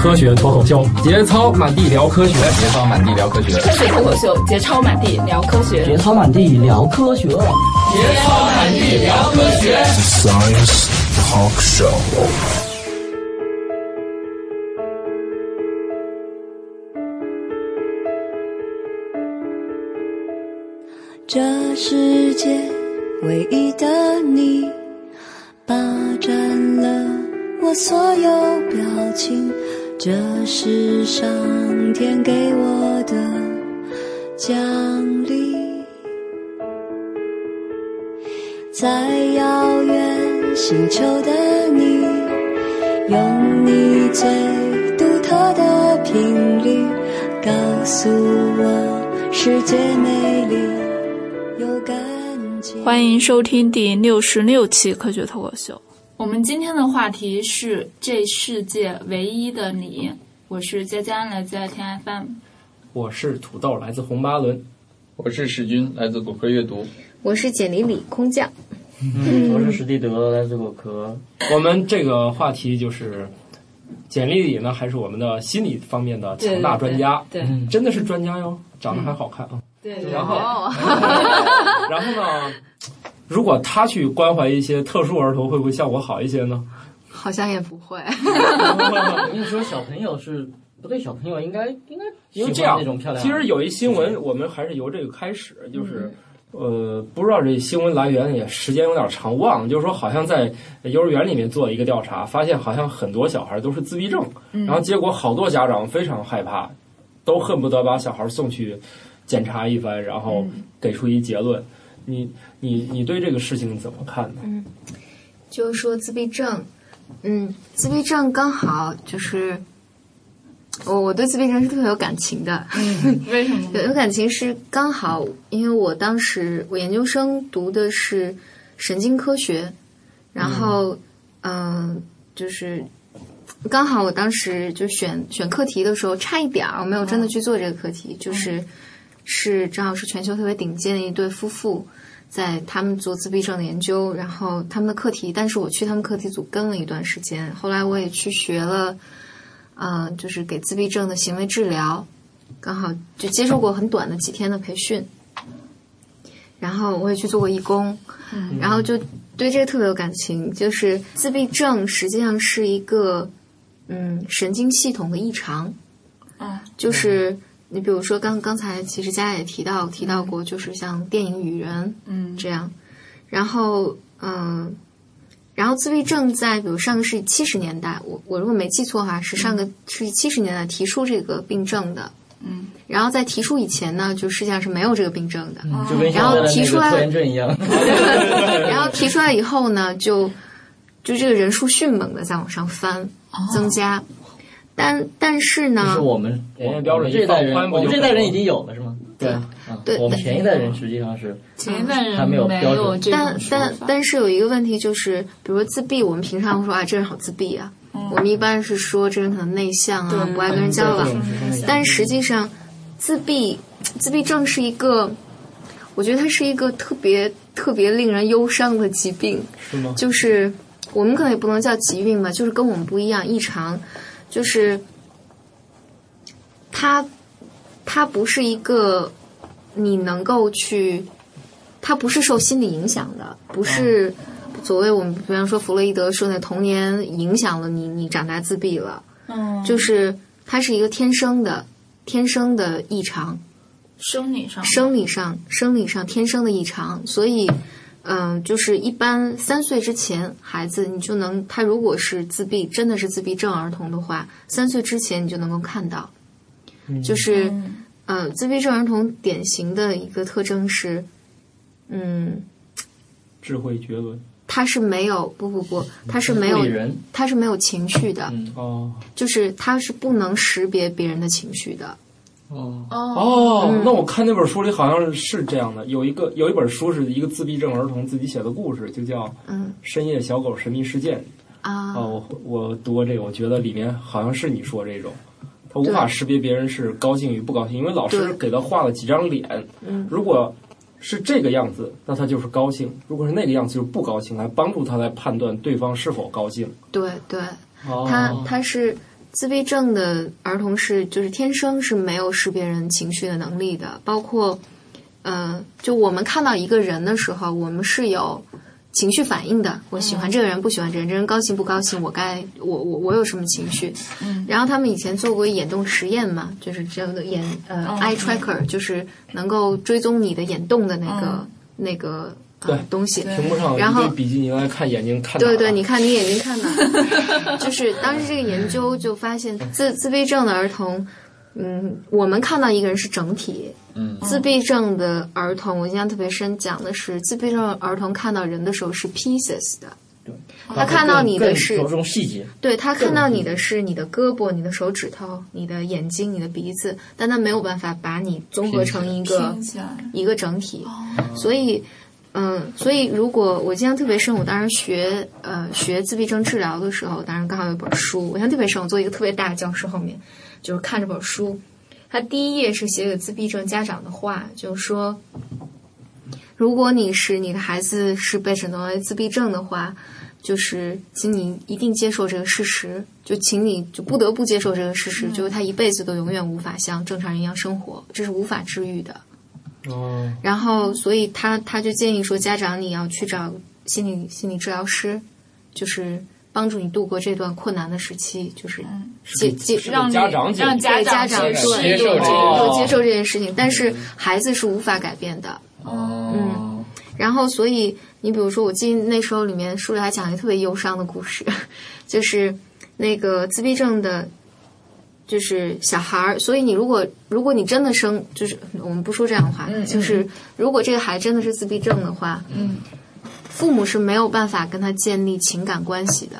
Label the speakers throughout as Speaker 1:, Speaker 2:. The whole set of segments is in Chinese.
Speaker 1: 科学脱口秀，节操满地聊科学，
Speaker 2: 节操满地聊科学，
Speaker 3: 科学脱口秀，节操满地聊科学，
Speaker 4: 节操满地聊科学， 节
Speaker 5: 操满地聊科学。
Speaker 6: Science Talk Show。
Speaker 7: 这世界唯一的你，霸占了我所有表情。这是上天给我的奖励。在遥远星球的你，用你最独特的频率，告诉我世界美丽。
Speaker 8: 欢迎收听第六十六期《科学脱口秀》。
Speaker 9: 我们今天的话题是这世界唯一的你。我是佳佳，来自爱听 FM。
Speaker 1: 我是土豆，来自红八轮。
Speaker 2: 我是史军，来自果壳阅读。
Speaker 10: 我是简里里，空降。
Speaker 4: 嗯、我是史蒂德，来自果壳。
Speaker 1: 我们这个话题就是。简历里呢，还是我们的心理方面的强大专家，
Speaker 9: 对,对,对,对，嗯
Speaker 1: 真的是专家哟，长得还好看啊。
Speaker 9: 对，
Speaker 1: 然后，
Speaker 9: 哦
Speaker 1: 然后呢，如果他去关怀一些特殊儿童，会不会效果好一些呢？
Speaker 10: 好像也不会。
Speaker 4: 我跟你说，小朋友是不对，小朋友应该应该
Speaker 1: 因为这样
Speaker 4: 那种漂亮。嗯
Speaker 1: 其实有一新闻，我们还是由这个开始，就是。嗯呃，不知道这新闻来源也时间有点长，忘了。就是说，好像在幼儿园里面做一个调查，发现好像很多小孩都是自闭症，
Speaker 4: 嗯
Speaker 1: 然后结果好多家长非常害怕，都恨不得把小孩送去检查一番，然后
Speaker 4: 嗯
Speaker 1: 给出一结论。你你你对这个事情怎么看呢？
Speaker 10: 嗯，就是说自闭症，嗯，自闭症刚好就是。我我对自闭症是特别有感情的，
Speaker 9: 嗯、为什么？
Speaker 10: 有有感情是刚好，因为我当时我研究生读的是神经科学，然后嗯、呃，就是刚好我当时就选选课题的时候差一点儿，我没有真的去做这个课题，嗯、就是是正好是全球特别顶尖的一对夫妇，在他们做自闭症的研究，然后他们的课题，但是我去他们课题组跟了一段时间，后来我也去学了。嗯、呃，就是给自闭症的行为治疗，刚好就接受过很短的几天的培训，然后我也去做过义工，嗯、然后就对这个特别有感情。就是自闭症实际上是一个嗯神经系统的异常，
Speaker 9: 嗯，
Speaker 10: 就是你比如说刚刚才其实佳也提到提到过，就是像电影《雨人》
Speaker 9: 嗯
Speaker 10: 这样，然后嗯。呃然后自闭症在比如上个世纪七十年代，我我如果没记错哈、啊，是上个世纪七十年代提出这个病症的。
Speaker 9: 嗯。
Speaker 10: 然后在提出以前呢，就世界上是没有这个病症的。
Speaker 4: 嗯、就跟
Speaker 10: 然后提出来，
Speaker 4: 拖延症一样。
Speaker 10: 然后提出来以后呢，就就这个人数迅猛的在往上翻，增加。但但是呢，
Speaker 4: 哦是我们
Speaker 1: 嗯我们标准
Speaker 4: 这代人，我们这代人已经有了是吗？嗯
Speaker 10: 对，对，
Speaker 4: 我们前一代人实际上是
Speaker 9: 前一代人
Speaker 4: 还没有标准，
Speaker 10: 但但但是有一个问题就是，比如自闭，我们平常会说啊，这人好自闭啊，
Speaker 4: 嗯
Speaker 10: 我们一般是说这人可能内向啊，不爱跟人交
Speaker 4: 嗯
Speaker 10: 往，但实际上，自闭自闭症是一个，我觉得它是一个特别特别令人忧伤的疾病，
Speaker 1: 是吗？
Speaker 10: 就是我们可能也不能叫疾病吧，就是跟我们不一样，异常，就是他。它不是一个你能够去，它不是受心理影响的，不是所谓我们比方说弗洛伊德说的童年影响了你，你长大自闭了，
Speaker 9: 嗯，
Speaker 10: 就是它是一个天生的、天生的异常，
Speaker 9: 生理上、
Speaker 10: 生理上、生理上天生的异常，所以，嗯、呃，就是一般三岁之前孩子，你就能他如果是自闭，真的是自闭症儿童的话，三岁之前你就能够看到。就是，嗯、呃，自闭症儿童典型的一个特征是，嗯，
Speaker 1: 智慧绝伦。
Speaker 10: 他是没有不不不，他是没有他是没有情绪的。
Speaker 1: 嗯、哦，
Speaker 10: 就是他是不能识别别人的情绪的。
Speaker 1: 哦哦，嗯、那我看那本书里好像是这样的，有一个有一本书是一个自闭症儿童自己写的故事，就叫《
Speaker 10: 嗯
Speaker 1: 深夜小狗神秘事件》
Speaker 10: 啊。
Speaker 1: 啊，我我读过这个，我觉得里面好像是你说这种。无法识别别人是高兴与不高兴，因为老师给他画了几张脸。
Speaker 10: 嗯，
Speaker 1: 如果是这个样子，那他就是高兴；如果是那个样子，就是不高兴。来帮助他来判断对方是否高兴。
Speaker 10: 对对，
Speaker 1: 哦、
Speaker 10: 他他是自闭症的儿童是就是天生是没有识别人情绪的能力的，包括，呃，就我们看到一个人的时候，我们是有情绪反应的。我喜
Speaker 1: 嗯
Speaker 10: 欢这个人，不喜欢这个人，这人高兴不高兴，我该我我我有什么情绪？
Speaker 1: 嗯
Speaker 10: 然后他们以前做过眼动实验嘛，就是这样的眼呃、eye
Speaker 1: 哦
Speaker 10: tracker，就是能够追踪你的眼动的那个、那个、呃
Speaker 1: 嗯对
Speaker 10: 东西。
Speaker 1: 屏幕上
Speaker 10: 然
Speaker 1: 一
Speaker 10: 后
Speaker 1: 堆笔记，你来看眼睛看哪
Speaker 10: 对
Speaker 1: 儿
Speaker 10: 对，
Speaker 1: 啊
Speaker 10: 你看你眼睛看哪？就是当时这个研究就发现，自自闭症的儿童，嗯，我们看到一个人是整体，
Speaker 2: 嗯，
Speaker 10: 自闭症的儿童，我印象特别深，讲的是自闭症儿童看到人的时候是 pieces 的，他看到你的是
Speaker 4: 更着重细节，
Speaker 10: 对他看到你的是你的胳膊、你的手指头、你的眼睛、你的鼻子，但他没有办法把你综合成一个
Speaker 9: 听起来
Speaker 10: 一个整体。所以，嗯，所以如果我印象特别深，我当时学呃学自闭症治疗的时候，当时刚好有一本书，我印象特别深，我坐一个特别大的教室后面，就是看这本书，它第一页是写给自闭症家长的话，就是说。如果你是你的孩子是被诊断为自闭症的话，就是请你一定接受这个事实，就请你就不得不接受这个事实，就是他一辈子都永远无法像正常人一样生活，这是无法治愈的。
Speaker 1: 哦，
Speaker 10: 然后，所以他他就建议说，家长你要去找心理心理治疗师，就是帮助你度过这段困难的时期，就是解解
Speaker 1: 是给
Speaker 9: 让你
Speaker 1: 家长解
Speaker 9: 让
Speaker 10: 对
Speaker 9: 家
Speaker 10: 家长
Speaker 9: 去
Speaker 2: 接受
Speaker 10: 对对
Speaker 2: 这个
Speaker 10: 对
Speaker 1: 哦
Speaker 10: 接受这件事情，但是孩子是无法改变的。
Speaker 2: 哦，
Speaker 10: 然后，所以你比如说，我记得那时候里面书里还讲了一个特别忧伤的故事，就是那个自闭症的，就是小孩儿。所以你如果如果你真的生，就是我们不说这样的话，
Speaker 9: 嗯
Speaker 10: 就是如果这个孩子真的是自闭症的话，嗯，父母是没有办法跟他建立情感关系的。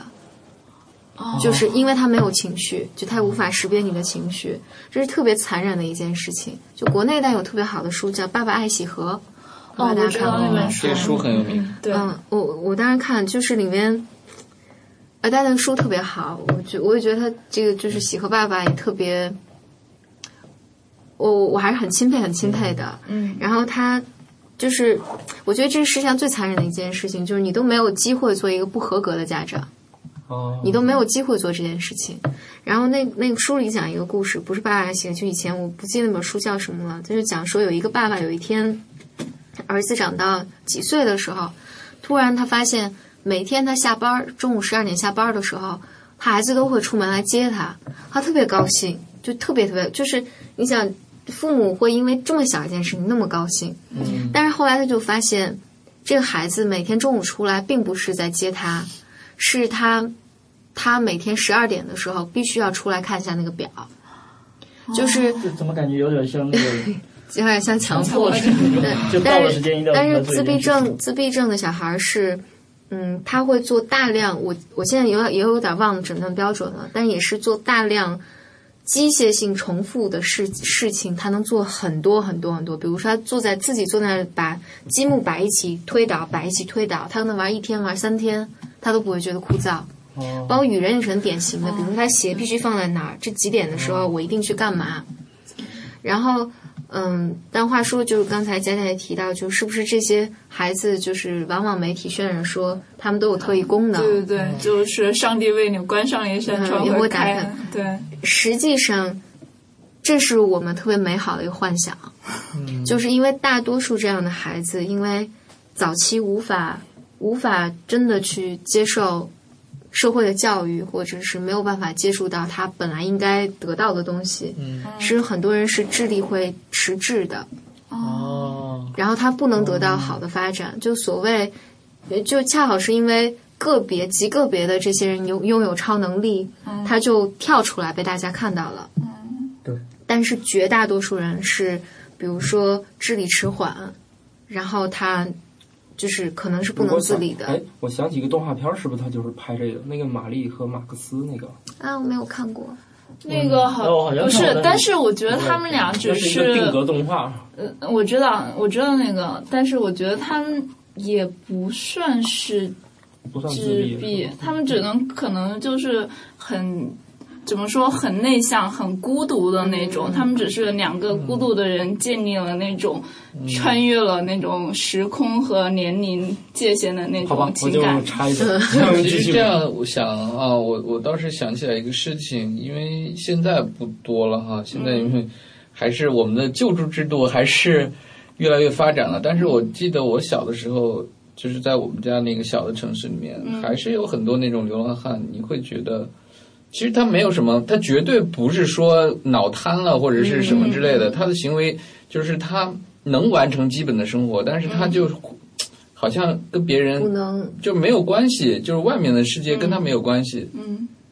Speaker 9: 哦
Speaker 10: 就是因为他没有情绪，就他无法识别你的情绪，这是特别残忍的一件事情。就国内但有特别好的书叫《爸爸爱喜盒》，我不
Speaker 9: 哦
Speaker 10: 知道大
Speaker 9: 我知
Speaker 10: 家
Speaker 9: 道
Speaker 10: 看过
Speaker 9: 那
Speaker 10: 没
Speaker 9: 本
Speaker 10: 有？
Speaker 9: 书
Speaker 2: 这书很有名，
Speaker 9: 对，
Speaker 10: 嗯，我我当时看就是里面，呃，但那个书特别好，我觉我也觉得他这个就是喜和爸爸也特别，我我还是很钦佩很钦佩的。嗯，然后他就是，我觉得这是世界上最残忍的一件事情，就是你都没有机会做一个不合格的家长。
Speaker 1: 哦，
Speaker 10: 你都没有机会做这件事情。然后那那个书里讲一个故事，不是爸爸写的，就以前我不记得那本书叫什么了，就是讲说有一个爸爸有一天，儿子长到几岁的时候，突然他发现每天他下班儿中午十二点下班儿的时候，他孩子都会出门来接他，他特别高兴，就特别特别，就是你想父母会因为这么小一件事情那么高兴，
Speaker 2: 嗯，
Speaker 10: 但是后来他就发现，这个孩子每天中午出来，并不是在接他，是他，他每天十二点的时候必须要出来看一下那个表，就是
Speaker 4: 就怎么感觉有点像那个
Speaker 10: 有点像强迫症。
Speaker 4: 对 就到了时间一定要
Speaker 10: 但是
Speaker 4: 做一件
Speaker 10: 自
Speaker 4: 事情
Speaker 10: 闭症自闭症的小孩儿是，嗯，他会做大量，我我现在有点也有点忘了诊断标准了，但也是做大量机械性重复的事事情，他能做很多很多很多。比如说，他坐在自己坐那儿把积木摆一起推倒，摆一起推倒，他可能玩一天玩三天，他都不会觉得枯燥。包括与人也是很典型的，比如说他鞋必须放在哪儿，这几点的时候我一定去干嘛。然后，嗯，但话说，就是刚才佳佳也提到，就是不是这些孩子，就是往往媒体渲染说他们都有特异功能，
Speaker 9: 对对对，就是上帝为你关上了一扇窗
Speaker 10: 嗯也会
Speaker 9: 和
Speaker 10: 打
Speaker 9: 开
Speaker 10: 开
Speaker 9: 了，对，
Speaker 10: 实际上，这是我们特别美好的一个幻想，就是因为大多数这样的孩子，因为早期无法无法真的去接受社会的教育，或者是没有办法接触到他本来应该得到的东西，
Speaker 4: 嗯
Speaker 10: 是很多人是智力会迟滞的，
Speaker 4: 哦，
Speaker 10: 然后他不能得到好的发展，就所谓，呃就恰好是因为个别极个别的这些人有拥有超能力，他就跳出来被大家看到了。
Speaker 4: 对，
Speaker 10: 但是绝大多数人是，比如说智力迟缓，然后他就是可能是不能自理
Speaker 1: 我想
Speaker 10: 的
Speaker 1: 哎，我想起一个动画片儿，是不是他就是拍这个？那个玛丽和马克思那个，
Speaker 10: 啊，我没有看过。
Speaker 9: 那个好
Speaker 4: 哦好像看过
Speaker 9: 不是
Speaker 4: 那，
Speaker 9: 但
Speaker 4: 个
Speaker 9: 是我觉得他们俩只
Speaker 1: 那是一个定格动画。
Speaker 9: 呃我知道，我知道那个，但是我觉得他们也不算是
Speaker 1: 不算自
Speaker 9: 自
Speaker 1: 闭
Speaker 9: 闭，他们只能可能就是很怎么说很内向、很孤独的那
Speaker 1: 嗯
Speaker 9: 种，他们只是两个孤独的人建立了那种、
Speaker 1: 嗯
Speaker 9: 穿越了那种时空和年龄界限的那
Speaker 1: 好吧
Speaker 9: 种，
Speaker 1: 我
Speaker 9: 情
Speaker 1: 就
Speaker 9: 感。
Speaker 1: 插一 下，让我们
Speaker 2: 其
Speaker 1: 继
Speaker 2: 实
Speaker 1: 续
Speaker 2: 这
Speaker 1: 吧。
Speaker 2: 样，我想啊，我我倒是想起来一个事情，因为现在不多了
Speaker 1: 嗯
Speaker 2: 哈，现在因为还是我们的救助制度还是越来越发展了。但是我记得我小的时候，就是在我们家那个小的城市里面，
Speaker 1: 嗯
Speaker 2: 还是有很多那种流浪汉，你会觉得。其实他没有什么，他绝对不是说脑瘫了或者是什么之类
Speaker 1: 嗯
Speaker 2: 的，他的行为就是他能完成基本的生活，但是他就
Speaker 1: 嗯
Speaker 2: 好像跟别人
Speaker 10: 不能
Speaker 2: 就没有关系，就是外面的世界跟他没有关系，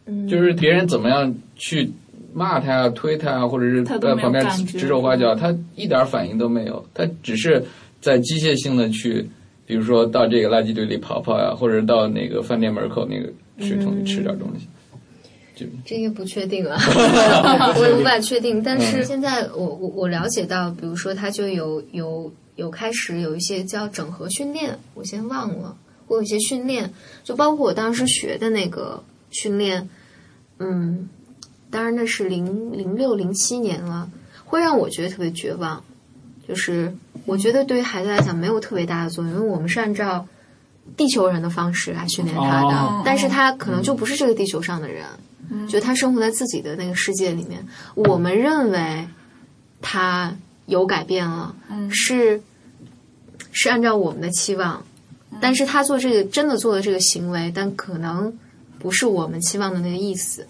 Speaker 9: 嗯，
Speaker 2: 就是别人怎么样去骂他呀、推他呀，或者是
Speaker 9: 他都
Speaker 2: 在
Speaker 9: 没有
Speaker 2: 旁边
Speaker 9: 感觉
Speaker 2: 指手画脚，他一点反应都没有，他只是在机械性的去，比如说到这个垃圾堆里跑跑呀，或者到那个饭店门口那个水桶里吃点东西。
Speaker 10: 这个不确定了，啊我也无法确定。但是现在我我我了解到，比如说他就有有有开始有一些叫整合训练，我先忘了，我有一些训练，就包括我当时学的那个训练，嗯，当然那是零零六零七年了，会让我觉得特别绝望。就是我觉得对于孩子来讲没有特别大的作用，因为我们是按照地球人的方式来训练他的，
Speaker 1: 哦
Speaker 10: 但是他可能就不是这个地球上的人，就他生活在自己的那个世界里面。我们认为他有改变了，
Speaker 9: 嗯
Speaker 10: 是是按照我们的期望，
Speaker 9: 嗯
Speaker 10: 但是他做这个真的做的这个行为，但可能不是我们期望的那个意思。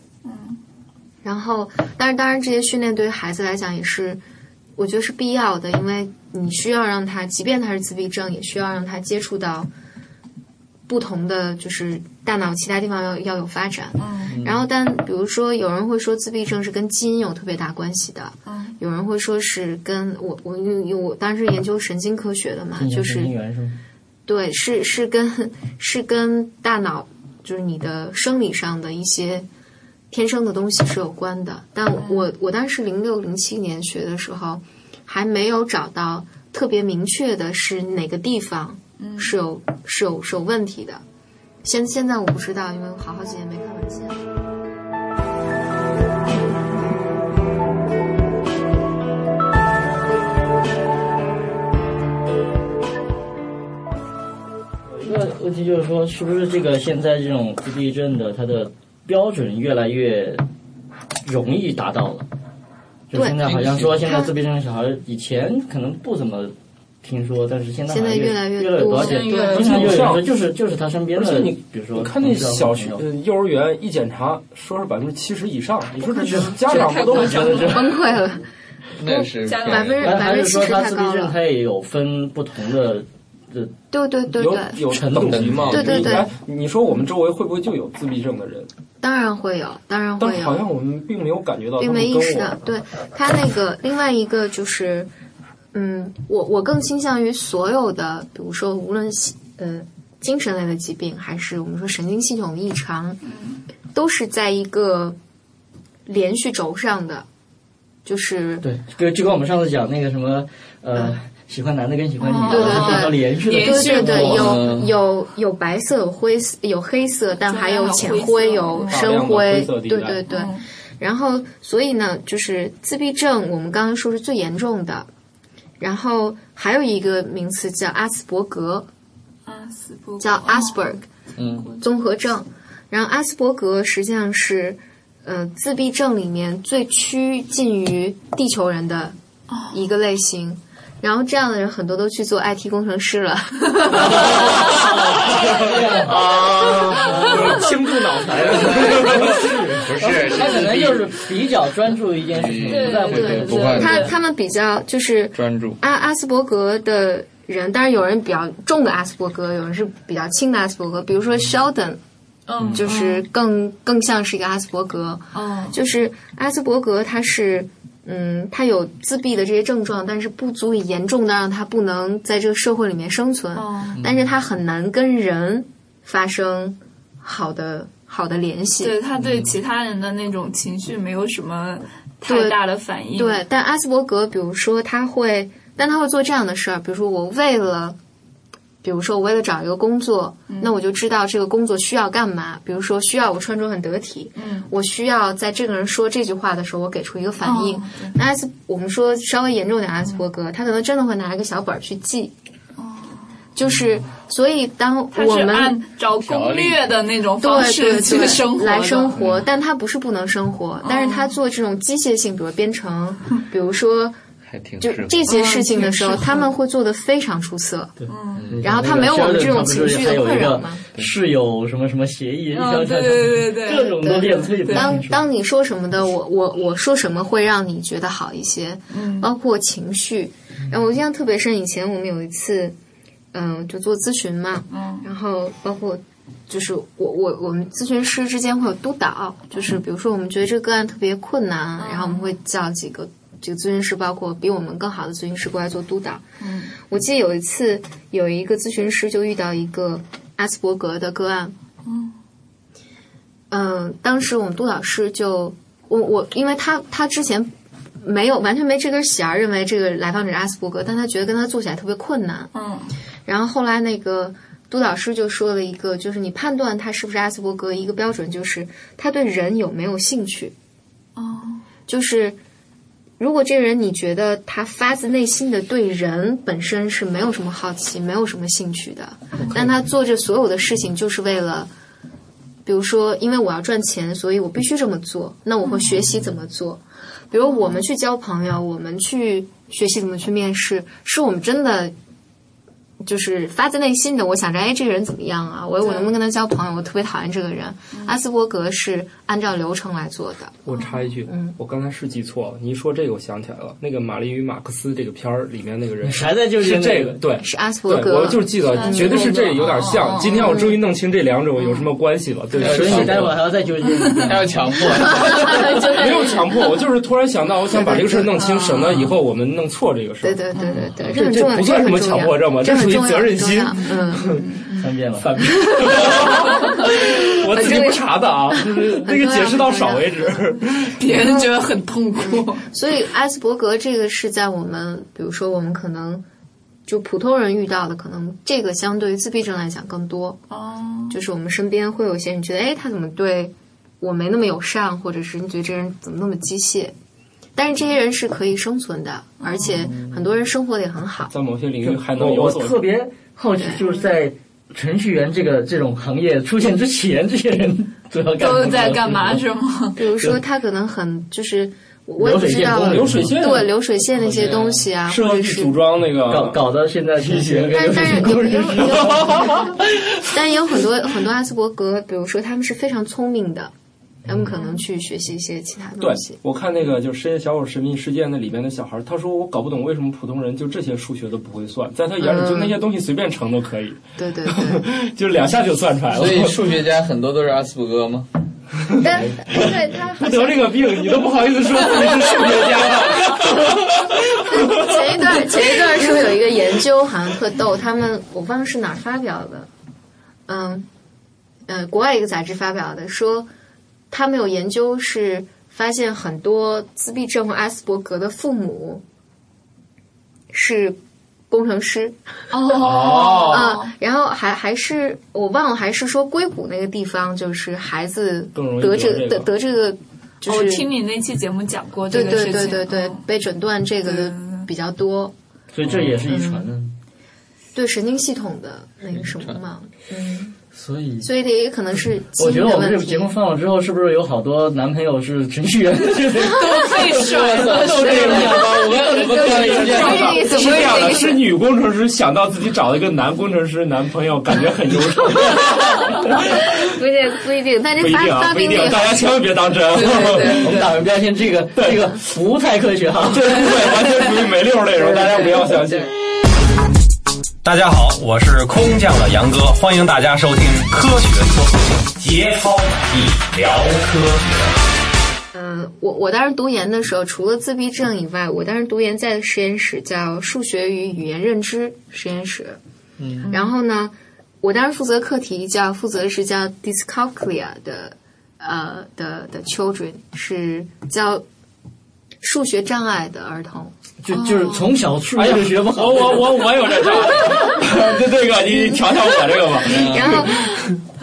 Speaker 10: 然后，但是当然，这些训练对于孩子来讲也是，我觉得是必要的，因为你需要让他，即便他是自闭症，也需要让他接触到不同的，就是大脑其他地方要要有发展。
Speaker 9: 嗯
Speaker 10: 然后，但比如说，有人会说自闭症是跟基因有特别大关系的，
Speaker 9: 嗯
Speaker 10: 有人会说是跟我我因为因为我当时研究神经科学的嘛，就是
Speaker 4: 神经元是吗？
Speaker 10: 对，是是跟是跟大脑，就是你的生理上的一些天生的东西是有关的。但我我当时零六零七年学的时候，还没有找到特别明确的是哪个地方
Speaker 9: 嗯
Speaker 10: 是有是有是有问题的。现现在我不知道，因为我好好几年没看文献。
Speaker 4: 一个问题就是说，是不是这个现在这种自闭症的它的标准越来越容易达到了？就
Speaker 10: 对
Speaker 4: 现在好像说现在
Speaker 10: 它
Speaker 4: 自闭症小孩以前可能不怎么听说，但是现在
Speaker 10: 现
Speaker 4: 好
Speaker 10: 在
Speaker 4: 像
Speaker 10: 越
Speaker 4: 越
Speaker 10: 来越
Speaker 4: 越来越
Speaker 10: 多
Speaker 4: 而且
Speaker 9: 现在越
Speaker 4: 而且
Speaker 9: 来越
Speaker 1: 多
Speaker 4: 越来越就是就是他身边
Speaker 1: 而且
Speaker 4: 的，
Speaker 1: 你
Speaker 4: 比如说
Speaker 1: 你看那
Speaker 4: 同事啊
Speaker 1: 小学
Speaker 4: 朋、友
Speaker 1: 呃幼儿园一检查，说是百分之七十以上，你说这家长不
Speaker 9: 这太
Speaker 1: 都
Speaker 9: 夸张了
Speaker 10: 崩溃了，
Speaker 2: 那是
Speaker 9: 加了
Speaker 2: 骗人
Speaker 10: 百分之
Speaker 4: 还还是说
Speaker 10: 70%
Speaker 4: 他
Speaker 10: 太
Speaker 4: 自
Speaker 10: 高
Speaker 4: 闭症
Speaker 10: 了
Speaker 4: 他也有分不同的
Speaker 10: 对对 对
Speaker 1: 有
Speaker 10: 对，
Speaker 1: 有等级吗？
Speaker 10: 对对对
Speaker 1: 你哎你说我们周围会不会就有自闭症的人？
Speaker 10: 当然会有，当然
Speaker 1: 但
Speaker 10: 会有
Speaker 1: 好。像我们并没有感觉到他
Speaker 10: 并
Speaker 1: 们
Speaker 10: 没
Speaker 1: 跟
Speaker 10: 意识
Speaker 1: 我
Speaker 10: 到。对他那个另外一个就是，嗯，我我更倾向于所有的，比如说无论系呃精神类的疾病，还是我们说神经系统的异常，都是在一个连续轴上的，就是
Speaker 4: 对，跟就跟我们上次讲那个什么呃，喜欢男的跟喜欢女的，
Speaker 9: 对
Speaker 10: 嗯哦对对
Speaker 4: 比较连续的啊
Speaker 9: 连
Speaker 10: 对
Speaker 9: 续
Speaker 10: 对
Speaker 9: 的
Speaker 10: 对，
Speaker 9: 我
Speaker 10: 有
Speaker 2: 嗯
Speaker 10: 有有白色，有灰色，有黑色，但还有浅
Speaker 9: 还
Speaker 10: 灰，
Speaker 9: 有
Speaker 10: 有
Speaker 9: 灰色
Speaker 1: 大量
Speaker 10: 深
Speaker 1: 的
Speaker 10: 灰
Speaker 1: 灰色，地
Speaker 10: 对
Speaker 1: 带
Speaker 10: 对对。
Speaker 9: 嗯
Speaker 10: 然后，所以呢，就是自闭症，我们刚刚说是最严重的，然后还有一个名词叫阿斯伯格，
Speaker 9: 阿斯伯格哦
Speaker 10: 叫 Asperg
Speaker 2: 嗯
Speaker 10: 综合症。然后阿斯伯格实际上是，呃，自闭症里面最趋近于地球人的一个类型。然后这样的人很多都去做 IT 工程师了。
Speaker 1: 啊，倾注脑袋了。
Speaker 2: 不是，
Speaker 4: 他可能就是比较专注于一件事情，
Speaker 2: 对
Speaker 4: 不在乎
Speaker 2: 对
Speaker 4: 这个
Speaker 2: 对不会
Speaker 10: 他他们比较就是
Speaker 2: 专注。
Speaker 10: 阿阿斯伯格的人，当然有人比较重的阿斯伯格，有人是比较轻的阿斯伯格。比如说 Sheldon，
Speaker 9: 嗯，
Speaker 10: 就是更更像是一个阿斯伯格。
Speaker 9: 嗯
Speaker 10: 就是阿斯伯格，他是嗯，他有自闭的这些症状，但是不足以严重的让他不能在这个社会里面生存。
Speaker 9: 嗯，
Speaker 10: 但是他很难跟人发生好的好的联系。
Speaker 9: 对他
Speaker 1: 嗯
Speaker 9: 对其他人的那种情绪没有什么太
Speaker 10: 对
Speaker 9: 大的反应，
Speaker 10: 对，但阿斯伯格，比如说他会，但他会做这样的事儿，比如说我为了比如说我为了找一个工作，
Speaker 9: 嗯
Speaker 10: 那我就知道这个工作需要干嘛。比如说需要我穿着很得体，
Speaker 9: 嗯，
Speaker 10: 我需要在这个人说这句话的时候，我给出一个反应。
Speaker 9: 哦
Speaker 10: 那艾斯，我们说稍微严重点，艾斯伯格，他可能真的会拿一个小本儿去记。就是，所以当
Speaker 9: 哦他
Speaker 10: 我
Speaker 9: 是
Speaker 10: 们
Speaker 9: 按照攻略的那种方
Speaker 10: 对对
Speaker 9: 式去
Speaker 10: 对
Speaker 9: 生活的嗯哦
Speaker 10: 来生活，但他不是不能生活，但是他做这种机械性，比如编程，比如说
Speaker 2: 还挺
Speaker 10: 就
Speaker 2: 适合
Speaker 10: 这些事情的时候，
Speaker 9: 嗯挺适合
Speaker 10: 他们会做的非常出色。
Speaker 4: 嗯
Speaker 10: 然后他没有我们这种情绪的困扰吗？
Speaker 4: 室友什么什么协议，
Speaker 9: 嗯，对对对对
Speaker 4: 各
Speaker 9: 对，
Speaker 4: 种都练得特别
Speaker 10: 当
Speaker 4: 清楚
Speaker 10: 当你说什么的，我我我说什么会让你觉得好一些，
Speaker 9: 嗯
Speaker 10: 包括情绪。然后我印象特别深，以前我们有一次，嗯、就做咨询嘛，
Speaker 9: 嗯
Speaker 10: 然后包括就是我我我们咨询师之间会有督导，就是比如说我们觉得这个个案特别困难，
Speaker 9: 嗯
Speaker 10: 然后我们会叫几个这个咨询师，包括比我们更好的咨询师过来做督导。
Speaker 9: 嗯，
Speaker 10: 我记得有一次有一个咨询师就遇到一个阿斯伯格的个案，嗯、当时我们督导师就我我，因为他他之前没有完全没这根弦儿，认为这个来访者是阿斯伯格，但他觉得跟他做起来特别困难。
Speaker 9: 嗯
Speaker 10: 然后后来那个督导师就说了一个，就是你判断他是不是阿斯伯格，一个标准就是他对人有没有兴趣。
Speaker 9: 哦
Speaker 10: 就是如果这个人你觉得他发自内心的对人本身是没有什么好奇、没有什么兴趣的，但他做这所有的事情就是为了，比如说，因为我要赚钱，所以我必须这么做，那我会学习怎么做。比如我们去交朋友，我们去学习怎么去面试，是我们真的就是发自内心的，我想着，哎，这个人怎么样啊？我我能不能跟他交朋友？我特别讨厌这个人。阿斯伯格是按照流程来做的，
Speaker 1: 我插一句，
Speaker 10: 嗯
Speaker 1: 我刚才是记错了。你一说这个，我想起来了，那个《玛丽与马克思》这个片儿里面那个人
Speaker 4: 还在纠结
Speaker 1: 是
Speaker 4: 那
Speaker 1: 这个，对，
Speaker 10: 是阿斯伯
Speaker 1: 对，
Speaker 10: 格。
Speaker 1: 我就记得，绝对是这有点像。今天我终于弄清这两种有什么关系了，对，
Speaker 4: 所以
Speaker 1: 是
Speaker 4: 你待会儿还要再纠结一遍。
Speaker 2: 还要强迫，
Speaker 1: 没有强迫，我就是突然想到，我想把这个事儿弄清，省得以后我们弄错这个事
Speaker 10: 对
Speaker 1: 儿。
Speaker 10: 对对对对，
Speaker 1: 这
Speaker 10: 很重
Speaker 1: 嗯
Speaker 10: 要，
Speaker 1: 这不算
Speaker 10: 这
Speaker 1: 什么
Speaker 10: 很重
Speaker 1: 强迫症吧
Speaker 10: 要，
Speaker 1: 这
Speaker 10: 很
Speaker 1: 属于
Speaker 10: 重要
Speaker 1: 责任心
Speaker 10: 很重要嗯，
Speaker 4: 三遍了，
Speaker 1: 反面， 我自己不查的啊，那个解释到少为止。
Speaker 9: 别人觉得很痛苦，
Speaker 10: 所以艾斯伯格这个是在我们，比如说我们可能就普通人遇到的，可能这个相对于自闭症来讲更多，
Speaker 9: 哦，
Speaker 10: 就是我们身边会有一些人觉得，哎，他怎么对我没那么友善，或者是你觉得这人怎么那么机械？但是这些人是可以生存的，而且很多人生活的也很好。
Speaker 1: 在某些领域还能
Speaker 4: 我
Speaker 1: 有
Speaker 4: 我
Speaker 1: 所
Speaker 4: 特别好奇，就是在程序员这个这种行业出现之前，这些人主要干嘛
Speaker 9: 都在干嘛？是吗？
Speaker 10: 比如说，他可能很就是，我我也不
Speaker 4: 流水
Speaker 10: 知
Speaker 4: 线
Speaker 10: 道
Speaker 4: 工人
Speaker 1: 流水线
Speaker 10: 对流水线那些东西啊，
Speaker 1: 设
Speaker 10: 或者
Speaker 1: 计
Speaker 10: 是
Speaker 1: 组装那
Speaker 4: 搞
Speaker 1: 个
Speaker 4: 搞到现在程序员跟
Speaker 10: 但
Speaker 4: 流水线
Speaker 10: 但是有
Speaker 4: 工
Speaker 10: 也有
Speaker 4: 人
Speaker 10: 也有，但也有很多很多阿斯伯格，比如说他们是非常聪明的，他们可能去学习一些其他
Speaker 1: 对
Speaker 10: 东西，。
Speaker 1: 我看那个就是《深夜小狗神秘事件》那里面的小孩儿，他说我搞不懂为什么普通人就这些数学都不会算，在他眼里就那些东西随便乘都可以，
Speaker 10: 对对对，
Speaker 1: 就两下就算出来了
Speaker 2: 所。以数学家很多都是阿斯伯格吗？
Speaker 10: 但对他好
Speaker 1: 他得这个病，你都不好意思说自己是数学家了。
Speaker 10: 像前一段前一段说有一个研究好像特逗，他们我忘了是哪儿发表的，嗯呃，国外一个杂志发表的，说他们有研究是发现很多自闭症和阿斯伯格的父母是工程师。
Speaker 9: 哦，
Speaker 10: 啊，然后还还是我忘了，还是说硅谷那个地方，就是孩子
Speaker 1: 更容易
Speaker 10: 得
Speaker 1: 得
Speaker 10: 这
Speaker 1: 这个
Speaker 10: 得得这个，就
Speaker 9: 我
Speaker 10: 是
Speaker 9: 听你那期节目讲过这个
Speaker 10: 对对
Speaker 9: 事情，
Speaker 10: 对对对
Speaker 9: 哦，
Speaker 10: 被诊断这个
Speaker 9: 对对
Speaker 10: 的
Speaker 9: 对
Speaker 10: 比较多，
Speaker 4: 所以这也是遗传的。
Speaker 10: 对神经系统的那个什么嘛，嗯，
Speaker 4: 所以
Speaker 10: 所以这也可能是基
Speaker 4: 我
Speaker 10: 因
Speaker 4: 觉得
Speaker 10: 的
Speaker 4: 我们这
Speaker 10: 问
Speaker 4: 个节
Speaker 10: 题
Speaker 4: 目。放了之后，是不是有好多男朋友是程序员？
Speaker 9: 被甩了，
Speaker 4: 都这样吧，我们
Speaker 1: 我们看了一下
Speaker 10: 哎 怎
Speaker 1: 是
Speaker 10: 么
Speaker 1: 这样的，
Speaker 10: 会
Speaker 1: 是女工程师想到自己找了一个男工程师男朋友，感觉很优秀。
Speaker 10: 不一定不一定，但
Speaker 1: 不
Speaker 10: 这
Speaker 1: 一
Speaker 10: 发
Speaker 1: 定啊，
Speaker 10: 发
Speaker 1: 不一
Speaker 10: 病
Speaker 1: 定
Speaker 10: 率，
Speaker 1: 大家千万别当真。啊
Speaker 4: 我们打完标签，这个这个不太科学哈。
Speaker 1: 这不会，完全属于没溜儿那种，大家不要相信。
Speaker 11: 大家好，我是空降的杨哥，欢迎大家收听《科学脱口秀》，节操一聊科学。
Speaker 10: 嗯，我我当时读研的时候，除了自闭症以外，我当时读研在的实验室叫数学与语言认知实验室。嗯，然后呢，我当时负责课题叫负责是叫 dyscalculia 的呃的的 children，是叫数学障碍的儿童，
Speaker 4: 就就是从小数学学不好。
Speaker 1: 我我我我有这 障碍，这这个你瞧瞧我这个吧。
Speaker 10: 然后，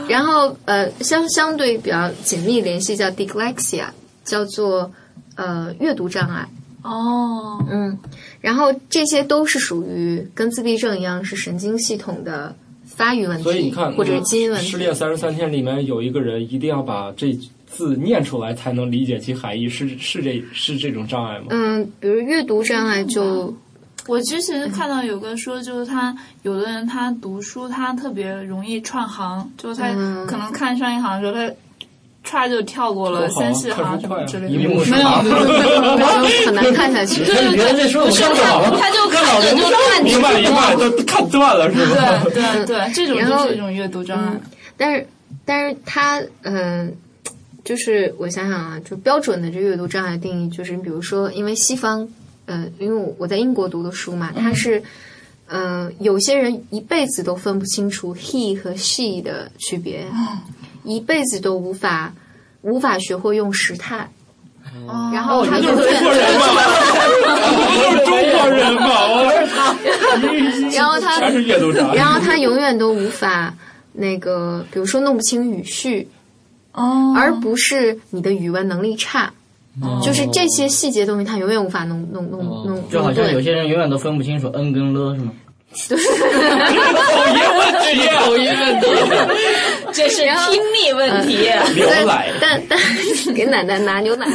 Speaker 10: 然后呃，相相对比较紧密联系叫 dyslexia，叫做呃阅读障碍。
Speaker 9: 哦，
Speaker 10: 嗯，然后这些都是属于跟自闭症一样，是神经系统的发育问题，
Speaker 1: 所以你看，
Speaker 10: 或者是基因问题。
Speaker 1: 失恋三十三天里面有一个人一定要把这字念出来才能理解其含义，是是这是这种障碍吗？
Speaker 10: 嗯，比如阅读障碍就。
Speaker 9: 我之前看到有个说，就是他有的人他读书他特别容易串行，就是他
Speaker 10: 嗯
Speaker 9: 可能看上一行之后他。歘就跳过了三四行什
Speaker 1: 啊
Speaker 9: 么之类的，没有，
Speaker 1: 没有，
Speaker 10: 很难看下去。
Speaker 9: 对对对，
Speaker 1: 不是
Speaker 9: 他，他就看着就看
Speaker 1: 明白明白，都看断了是
Speaker 9: 吧？对对对，这种就是一种阅读障碍。
Speaker 10: 但是，但是他嗯，就是我想想啊，就标准的这阅读障碍定义，就是你比如说，因为西方，呃，因为我在英国读的书嘛，它是。嗯，有些人一辈子都分不清楚 he 和 she 的区别，一辈子都无法无法学会用时态，嗯
Speaker 9: 哦
Speaker 10: 然后他
Speaker 1: 哦就
Speaker 10: 永
Speaker 1: 是中国人嘛，我就是中国人嘛，
Speaker 10: 远，然后他
Speaker 1: 全是阅读障碍，
Speaker 10: 然后他永远都无法那个，比如说弄不清语序，
Speaker 9: 哦，
Speaker 10: 而不是你的语文能力差。就是这些细节东西，他永远无法弄弄弄弄。
Speaker 4: 就好像有些人永远都分不清楚 n 跟了，是吗？
Speaker 10: 对，
Speaker 1: 口音问题，
Speaker 2: 口音问题，
Speaker 3: 这是听力问题。
Speaker 1: 牛奶，
Speaker 10: 但但给奶奶拿牛奶。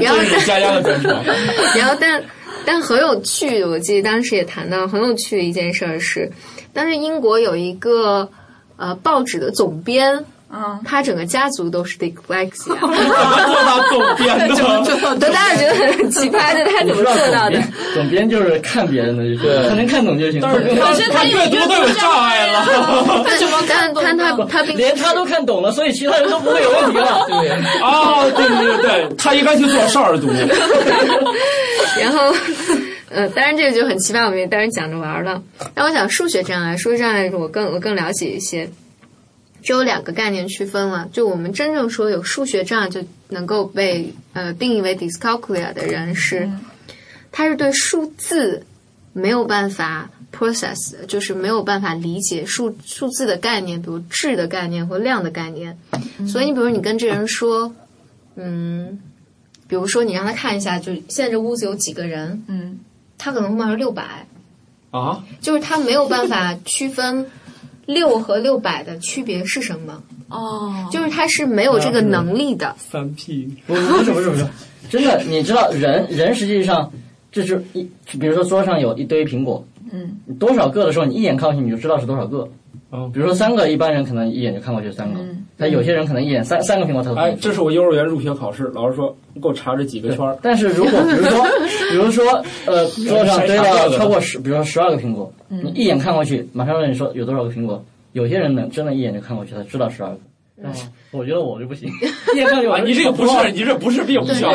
Speaker 10: 然后
Speaker 1: 这是佳佳的专场。
Speaker 10: 但然后但但很有趣，我记得当时也谈到很有趣的一件事儿是，当时英国有一个呃报纸的总编。
Speaker 9: 嗯，
Speaker 10: 他整个家族都是 dyslexia，
Speaker 1: 做到总 编的，
Speaker 10: 对，大家觉得很奇葩，但他怎么做到的？
Speaker 4: 总编就是看别人的，
Speaker 2: 对
Speaker 4: 他能看懂就行。
Speaker 1: 但是
Speaker 9: 可是他有
Speaker 1: 阅读
Speaker 9: 阅
Speaker 1: 都有障碍了。
Speaker 9: 他怎么
Speaker 10: 哦但
Speaker 9: 看懂
Speaker 10: 但他
Speaker 9: 的？
Speaker 10: 他 并
Speaker 4: 连他都看懂了，所以其他人都不会有问题 了。
Speaker 2: 对呀，
Speaker 1: 哦，对对对对，他应该去做少儿读物。
Speaker 10: 然后，呃，当然这个就很奇葩，我们也当然讲着玩儿了。但我想数学障碍，数学障碍我更我更了解一些，只有两个概念区分了。就我们真正说有数学障碍就能够被呃定义为 dyscalculia 的人是，他是对数字没有办法 process，就是没有办法理解数数字的概念，比如质的概念或量的概念。所以，你比如你跟这人说，嗯。比如说，你让他看一下，就现在这屋子有几个人，
Speaker 9: 嗯，
Speaker 10: 他可能会冒出六百，
Speaker 1: 啊，
Speaker 10: 就是他没有办法区分六和六百的区别是什么，
Speaker 9: 哦，
Speaker 10: 就是他是没有这个能力的。
Speaker 1: 三 P
Speaker 4: 不不是不是不是，真的，你知道人人实际上就是一，比如说桌上有一堆苹果，
Speaker 9: 嗯，
Speaker 4: 你多少个的时候，你一眼看过去你就知道是多少个。
Speaker 1: 哦
Speaker 4: 比如说三个，一般人可能一眼就看过去三个
Speaker 9: 嗯，
Speaker 4: 但有些人可能一眼三三个苹果他都看
Speaker 1: 哎
Speaker 4: 不，见
Speaker 1: 这是我幼儿园入学考试，老师说你给我查这几个圈儿。
Speaker 4: 但是如 果比如说，比如说，呃，桌上堆了超过十，比如说十二个苹果，
Speaker 1: 嗯
Speaker 4: 你一眼看过去，马上问你说有多少个苹果？有些人能真的一眼就看过去，他知道十二个。但是我觉得我就不行， 一眼看过去
Speaker 1: 啊，
Speaker 4: 我就
Speaker 1: 你这个不是，你这不是病，不需要。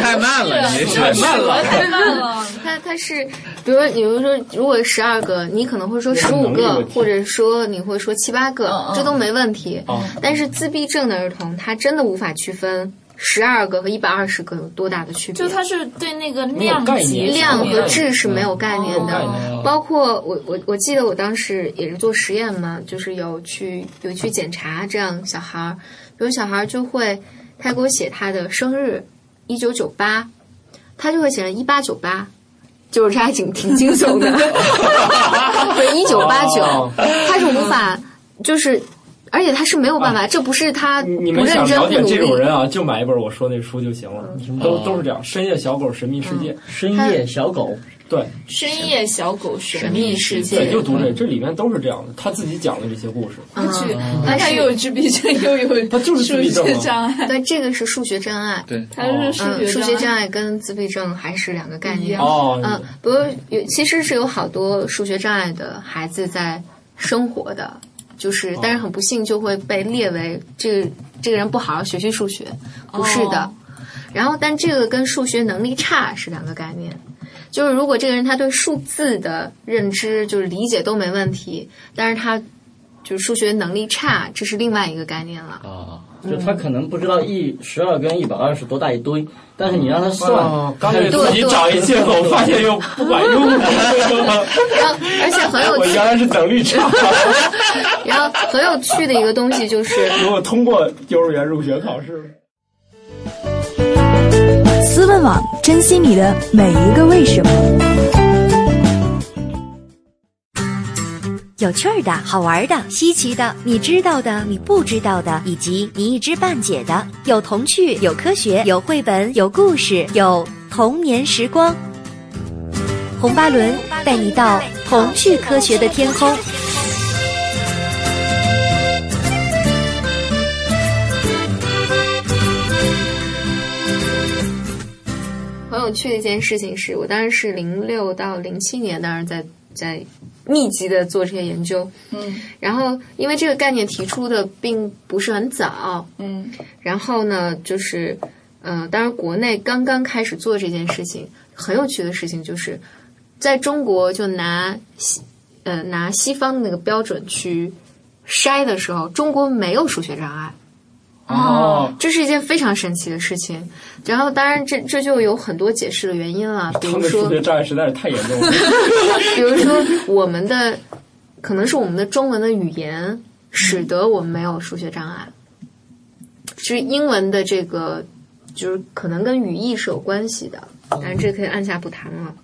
Speaker 2: 太慢了，你这
Speaker 1: 太
Speaker 2: 是
Speaker 1: 慢了，
Speaker 9: 太慢了，
Speaker 10: 他他是，比如说，比如说，如果十二个，你可能会说十五
Speaker 1: 能力
Speaker 10: 个
Speaker 1: 问，题
Speaker 10: 或者说你会说七八个
Speaker 9: 嗯，嗯
Speaker 10: 这都没问题
Speaker 1: 哦。
Speaker 10: 但是自闭症的儿童，他真的无法区分十二个和一百二十个有多大的区别。
Speaker 9: 就他是对那个
Speaker 1: 没有
Speaker 9: 量
Speaker 1: 概
Speaker 9: 级
Speaker 1: 念
Speaker 10: 量和质啊是没有概念
Speaker 9: 嗯
Speaker 10: 的
Speaker 1: 哦没有概，念
Speaker 10: 包括我我我记得我当时也是做实验嘛，就是有去有去检查这样小孩儿，有小孩儿就会他给我写他的生日，一九九八，他就会写成一八九八。就是他还挺挺惊 悚的，对，一九八九
Speaker 1: 哦，
Speaker 10: 他是无法，就是，而且他是没有办法，这不是他
Speaker 1: 啊你你
Speaker 10: 不
Speaker 1: 们
Speaker 10: 认
Speaker 1: 想
Speaker 10: 真
Speaker 1: 了
Speaker 10: 不
Speaker 1: 解
Speaker 10: 努
Speaker 1: 这种
Speaker 10: 力，
Speaker 1: 人啊，就买一本我说那书就行了，都都是这样。深夜小狗神秘世界，
Speaker 10: 嗯
Speaker 4: 深夜小狗，
Speaker 1: 对
Speaker 9: 深夜小狗神秘世界
Speaker 1: 对，，就读这，这里面都是这样的。他自己讲的这些故事，
Speaker 10: 嗯
Speaker 9: 我去，他
Speaker 10: 但
Speaker 9: 他
Speaker 10: 是
Speaker 9: 又有自闭症，又有
Speaker 1: 他就是自
Speaker 9: 数
Speaker 1: 闭症
Speaker 9: 学
Speaker 1: 啊
Speaker 9: 障碍，
Speaker 10: 对，这个是数学障碍，
Speaker 2: 对，
Speaker 9: 他是
Speaker 10: 嗯，
Speaker 9: 哦数
Speaker 10: 数学障
Speaker 9: 障碍。
Speaker 10: 碍跟自闭症还是两个概
Speaker 9: 一
Speaker 10: 念。
Speaker 9: 样
Speaker 1: 哦，
Speaker 10: 嗯，不过有其实是有好多数学障碍的孩子在生活的，就是但是很不幸就会被列为这个这个人不好好学习数学，不是的。
Speaker 9: 哦
Speaker 10: 然后，但这个跟数学能力差是两个概念。就是如果这个人他对数字的认知就是理解都没问题，但是他就是数学能力差，这是另外一个概念了。
Speaker 2: 啊，
Speaker 4: 就他可能不知道一十二跟一百二十多大一堆，但是你让他算，
Speaker 1: 哦、刚给自己找一借口，发现又不管用 了。
Speaker 10: 然后，而且很有
Speaker 1: 我原来是等率 差。
Speaker 10: 然后很有趣的一个东西就是，
Speaker 1: 如果通过幼儿园入学考试。
Speaker 12: 思问网，珍惜你的每一个为什么。有趣儿的、好玩的、稀奇的，你知道的、你不知道的，以及你一知半解的，有童趣，有科学，有绘本，有故事，有童年时光。红巴伦带你到童趣科学的天空。
Speaker 10: 很有趣的一件事情是，我当时是零六到零七年，当时在在。密集的做这些研究，
Speaker 9: 嗯，
Speaker 10: 然后因为这个概念提出的并不是很早，
Speaker 9: 嗯，
Speaker 10: 然后呢，就是，嗯、呃，当然国内刚刚开始做这件事情，很有趣的事情就是，在中国就拿西，呃，拿西方的那个标准去筛的时候，中国没有数学障碍，
Speaker 1: 哦，
Speaker 10: 这是一件非常神奇的事情。然后，当然这这就有很多解释的原因了，比如说
Speaker 1: 数学障碍实在是太严重了。
Speaker 10: 比如说，我们的可能是我们的中文的语言使得我们没有数学障碍，就是英文的这个，就是可能跟语义是有关系的，但是这可以按下不谈了。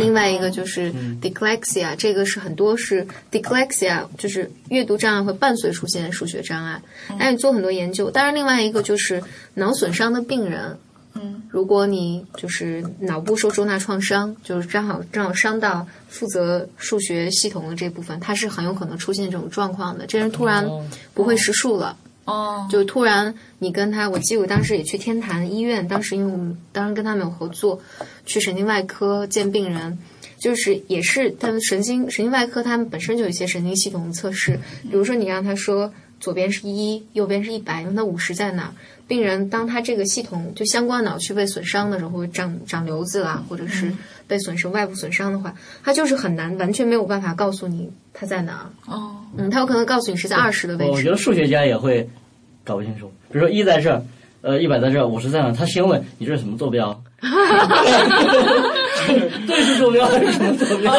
Speaker 10: 另外一个就是 dyslexia，这个是很多是 dyslexia，就是阅读障碍会伴随出现数学障碍。那你做很多研究，当然另外一个就是脑损伤的病人，
Speaker 9: 嗯，
Speaker 10: 如果你就是脑部受重大创伤，就是正好正好伤到负责数学系统的这部分，它是很有可能出现这种状况的。这人突然不会识数了。
Speaker 9: 哦，
Speaker 10: 就突然你跟他，我记得我当时也去天坛医院，当时因为我们当时跟他们有合作，去神经外科见病人，就是也是他们神经神经外科他们本身就有一些神经系统的测试，比如说你让他说左边是一，右边是一百，问他五十在哪，病人当他这个系统就相关脑区被损伤的时候，会长长瘤子啦，或者是被损伤外部损伤的话，他就是很难完全没有办法告诉你他在哪。
Speaker 9: 哦。
Speaker 10: 嗯，他有可能告诉你是在二十的位置。
Speaker 4: 哦我觉得数学家也会搞不清楚，比如说一在这儿，呃，一百在这儿，五十在哪？他先问你这是什么坐标？对 数坐标还是什么坐标？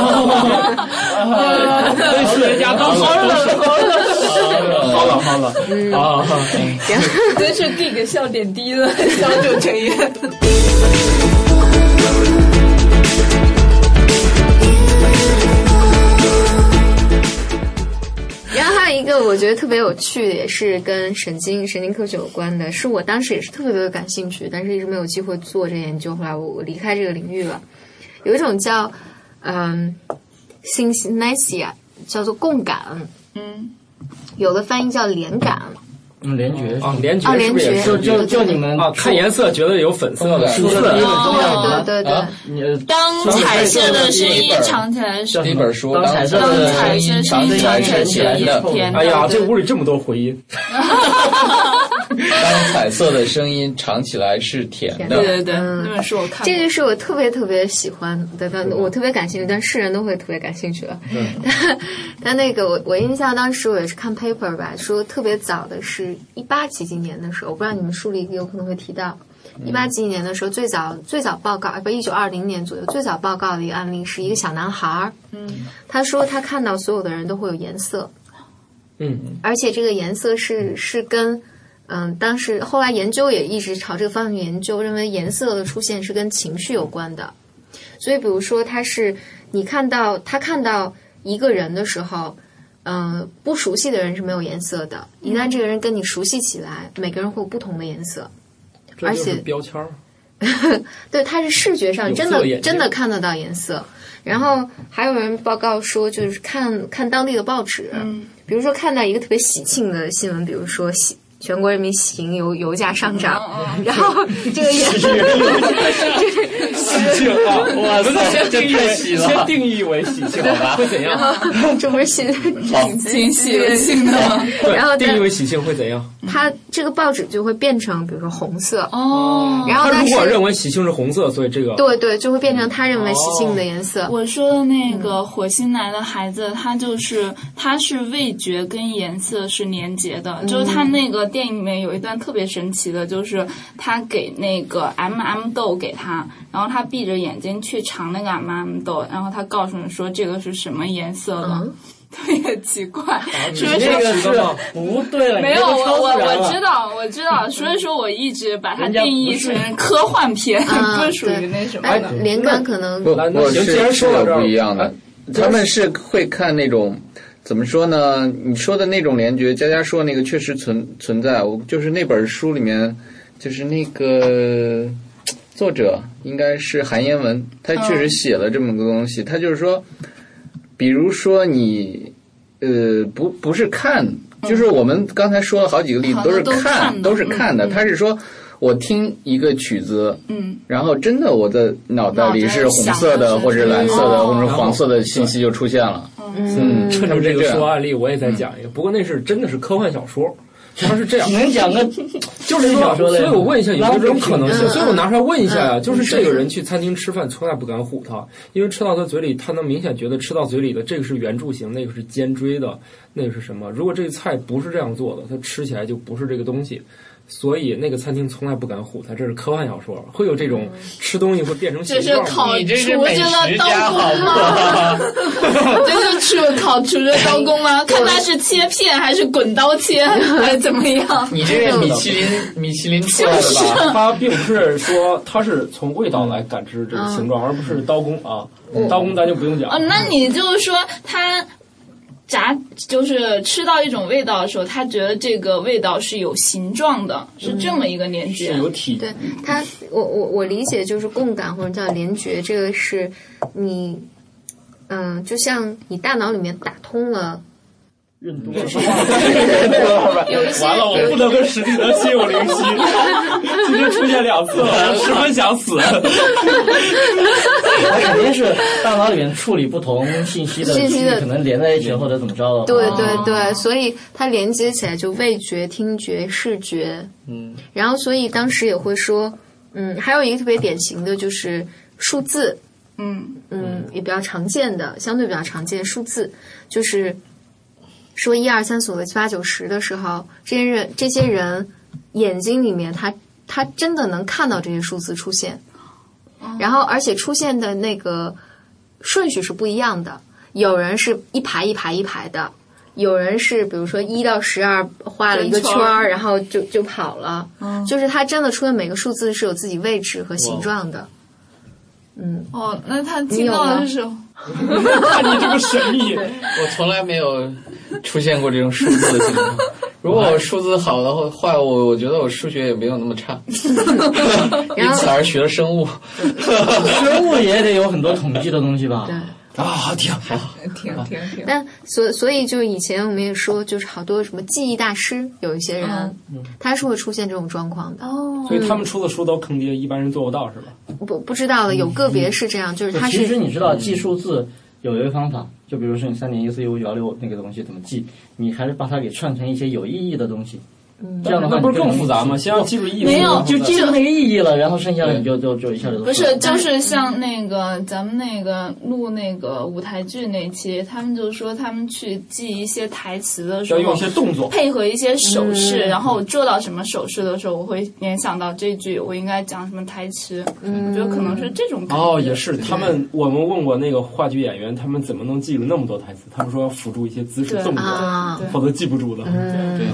Speaker 1: 对数学家都
Speaker 9: 好冷，好冷。
Speaker 1: 好了好了
Speaker 10: 嗯
Speaker 1: 啊！
Speaker 3: 真是递给笑点低的小组成员。
Speaker 10: 然后还有一个我觉得特别有趣的，也是跟神经神经科学有关的，是我当时也是特别特别感兴趣，但是一直没有机会做这研究。后来我我离开这个领域了。有一种叫嗯 synesthesia，叫做共感，
Speaker 9: 嗯，
Speaker 10: 有的翻译叫联感。
Speaker 4: 嗯，联觉
Speaker 1: 啊，联觉
Speaker 10: 啊，
Speaker 1: 是
Speaker 10: 联
Speaker 1: 不是也
Speaker 10: 觉
Speaker 1: 是？
Speaker 4: 就就就你们
Speaker 1: 啊，看颜色觉得有粉色的，
Speaker 4: 数字
Speaker 1: 对
Speaker 4: 啊
Speaker 10: 对哦对对。
Speaker 4: 你呃
Speaker 9: 当彩色的声音藏起来是
Speaker 2: 一本书，
Speaker 4: 当彩色
Speaker 9: 当彩
Speaker 4: 的
Speaker 9: 色
Speaker 2: 当
Speaker 9: 声音
Speaker 2: 彩色
Speaker 9: 是
Speaker 2: 填的，
Speaker 9: 填
Speaker 10: 嗯
Speaker 9: 的。
Speaker 1: 哎呀，这屋里这么多回音。
Speaker 2: 当彩色的声音尝起来是甜的。
Speaker 9: 对对对，那本书我看。
Speaker 10: 这个是我特别特别喜欢的，但我特别感兴趣，但世人都会特别感兴趣了。 但但那个我我印象当时我也是看 paper 吧，说特别早的是一八几几年的时候，我不知道你们书里有可能会提到。一八几几年的时候，最早最早报告，不，一九二零年左右最早报告的一个案例是一个小男孩儿。
Speaker 9: 嗯，
Speaker 10: 他说他看到所有的人都会有颜色，
Speaker 1: 嗯，
Speaker 10: 而且这个颜色是是跟，嗯，当时后来研究也一直朝这个方向去研究，认为颜色的出现是跟情绪有关的。所以，比如说，他是你看到他看到一个人的时候。嗯、呃，不熟悉的人是没有颜色的。一旦这个人跟你熟悉起来，每个人会有不同的颜色。而且
Speaker 1: 标签 儿，
Speaker 10: 对，它是视觉上真
Speaker 1: 有色眼镜
Speaker 10: 的真的看得到颜色。然后还有人报告说，就是看看当地的报纸，
Speaker 9: 嗯
Speaker 10: 比如说看到一个特别喜庆的新闻，比如说喜全国人民喜迎油油价上涨，
Speaker 9: 哦
Speaker 10: 然后这个也
Speaker 1: 喜庆啊！我们先定义为
Speaker 4: 喜了
Speaker 1: 先定义为喜庆，好吧？会怎
Speaker 10: 然
Speaker 1: 样？
Speaker 10: 后这不是喜
Speaker 9: 挺喜 人性的吗？
Speaker 1: 哦对
Speaker 10: 然后
Speaker 1: 定义为喜庆会怎样？
Speaker 10: 它这个报纸就会变成比如说红色，
Speaker 9: 哦，
Speaker 10: 然后
Speaker 1: 他
Speaker 10: 但
Speaker 1: 如
Speaker 10: 是
Speaker 1: 果认为喜庆是红色，所以这个
Speaker 10: 对对，就会变成他认为喜庆的颜
Speaker 1: 哦
Speaker 10: 色。
Speaker 9: 我说的那个火星来的孩子，他就是他是味觉跟颜色是连结的，就是他那个电影里面有一段特别神奇的，就是他给那个 M、MM、M 豆给他，然后他闭着眼睛去尝那个 M、MM、M 豆，然后他告诉你说这个是什么颜色的。嗯 特别奇怪， 所以
Speaker 4: 说是不对了。
Speaker 9: 没有，我我
Speaker 4: 我
Speaker 9: 知道，我知道，所以说我一直把它定义成科幻片， 不属于那什
Speaker 1: 哎
Speaker 9: 么的。
Speaker 10: 连看可能
Speaker 2: 我是是有不一样的，他们啊是会看那种怎么说呢？你说的那种联觉，佳佳说那个确实存存在。我就是那本书里面，就是那个作者应该是韩延文，他确实写了这么个东西。他就是说。比如说你，呃，不不是看，就是我们刚才说了嗯好几个例子，
Speaker 9: 都
Speaker 2: 是看，
Speaker 9: 都
Speaker 2: 是看的。嗯他是说我听一个曲子，
Speaker 9: 嗯，
Speaker 2: 然后真的我的脑袋里是嗯哦红色的或者蓝色的或者黄色的信息就出现了。
Speaker 1: 嗯，趁着这个说案例，我也再讲一个，不过那是真的是科幻小说，它是这样。
Speaker 4: 能讲 个
Speaker 1: 就是说，所以我问一下有没有这种可能性？所以我拿出来问一下呀、啊，就是这个人去餐厅吃饭，从来不敢唬他，因为吃到他嘴里，他能明显觉得吃到嘴里的这个是圆柱形，那个是尖锥的，那个是什么？如果这个菜不是这样做的，他吃起来就不是这个东西。所以那个餐厅从来不敢唬他，这是科幻小说，会有这种吃东西会变成
Speaker 3: 这是烤
Speaker 2: 你这是
Speaker 3: 美食家好 吗？这是吃烤厨师刀工 吗？看他是切片还是滚刀切还是怎么样？
Speaker 2: 你这是米其林米其林出来的吧？
Speaker 1: 他并不是说他是从味道来感知这个形状，而不是刀工啊，刀工咱就不用讲。
Speaker 9: 哦，那你就是说他。炸就是吃到一种味道的时候，他觉得这个味道是有形状的，是这么一个连接，
Speaker 1: 嗯是有体。
Speaker 10: 对他，我我我理解就是共感或者叫联觉，这个是你，嗯、呃，就像你大脑里面打通了。
Speaker 4: 认多
Speaker 1: 了，完了，我不能跟史蒂德心有灵犀，今天出现两次了，我十分想死。
Speaker 4: 肯定是大脑里面处理不同信息的，
Speaker 10: 信息的
Speaker 4: 可能连在一起或者怎么着的。
Speaker 10: 对对对，所以它连接起来就味觉、听觉、视觉，
Speaker 4: 嗯，
Speaker 10: 然后所以当时也会说，嗯，还有一个特别典型的就是数字，
Speaker 9: 嗯
Speaker 10: 嗯，也比较常见的，相对比较常见数字就是。说一二三四五六七八九十的时候，这些人这些人眼睛里面他，他他真的能看到这些数字出现，然后而且出现的那个顺序是不一样的，有人是一排一排一排的，有人是比如说一到十二画了一个圈儿，然后就就跑了，
Speaker 9: 嗯、
Speaker 10: 就是他真的出现每个数字是有自己位置和形状的，嗯，
Speaker 9: 哦，那他听到的是。
Speaker 1: 看你这么神秘，
Speaker 2: 我从来没有出现过这种数字的情 况。如果我数字好的话，我我觉得我数学也没有那么 差，因此而学了生物。
Speaker 4: 生物也得有很多统计的东西吧？
Speaker 10: 对
Speaker 2: 啊，挺
Speaker 10: 好，
Speaker 3: 挺挺挺。
Speaker 10: 但所所以就是以前我们也说，就是好多什么记忆大师，有一些人、嗯、他是会出现这种状况的。
Speaker 9: 哦，
Speaker 1: 所以他们出的书都坑爹，一般人做不到是吧？
Speaker 10: 不不知道了，有个别是这样，就是他是。
Speaker 4: 其实你知道记数字有一个方法，就比如说你三点一四一五九二六那个东西怎么记，你还是把它给串成一些有意义的东西。这样的话
Speaker 1: 不是更复杂吗？先要记住意义，
Speaker 9: 没有
Speaker 4: 就记住那个意义了，然后剩下的你就就就一下就
Speaker 9: 不是，
Speaker 1: 嗯
Speaker 9: 就是像那个咱们那个录那个舞台剧那期，他们就说他们去记一些台词的时候，
Speaker 1: 要用一些嗯 动作，
Speaker 9: 配合一些手势，然后做到什么手势的时候，我会联想到这句我应该讲什么台词。
Speaker 10: 嗯
Speaker 9: 我觉得可能是这种
Speaker 1: 哦，也是他们我们问过那个话剧演员，他们怎么能记住那么多台词？他们说要辅助一些姿势动作，
Speaker 10: 啊
Speaker 1: 否则记不住的。
Speaker 2: 对，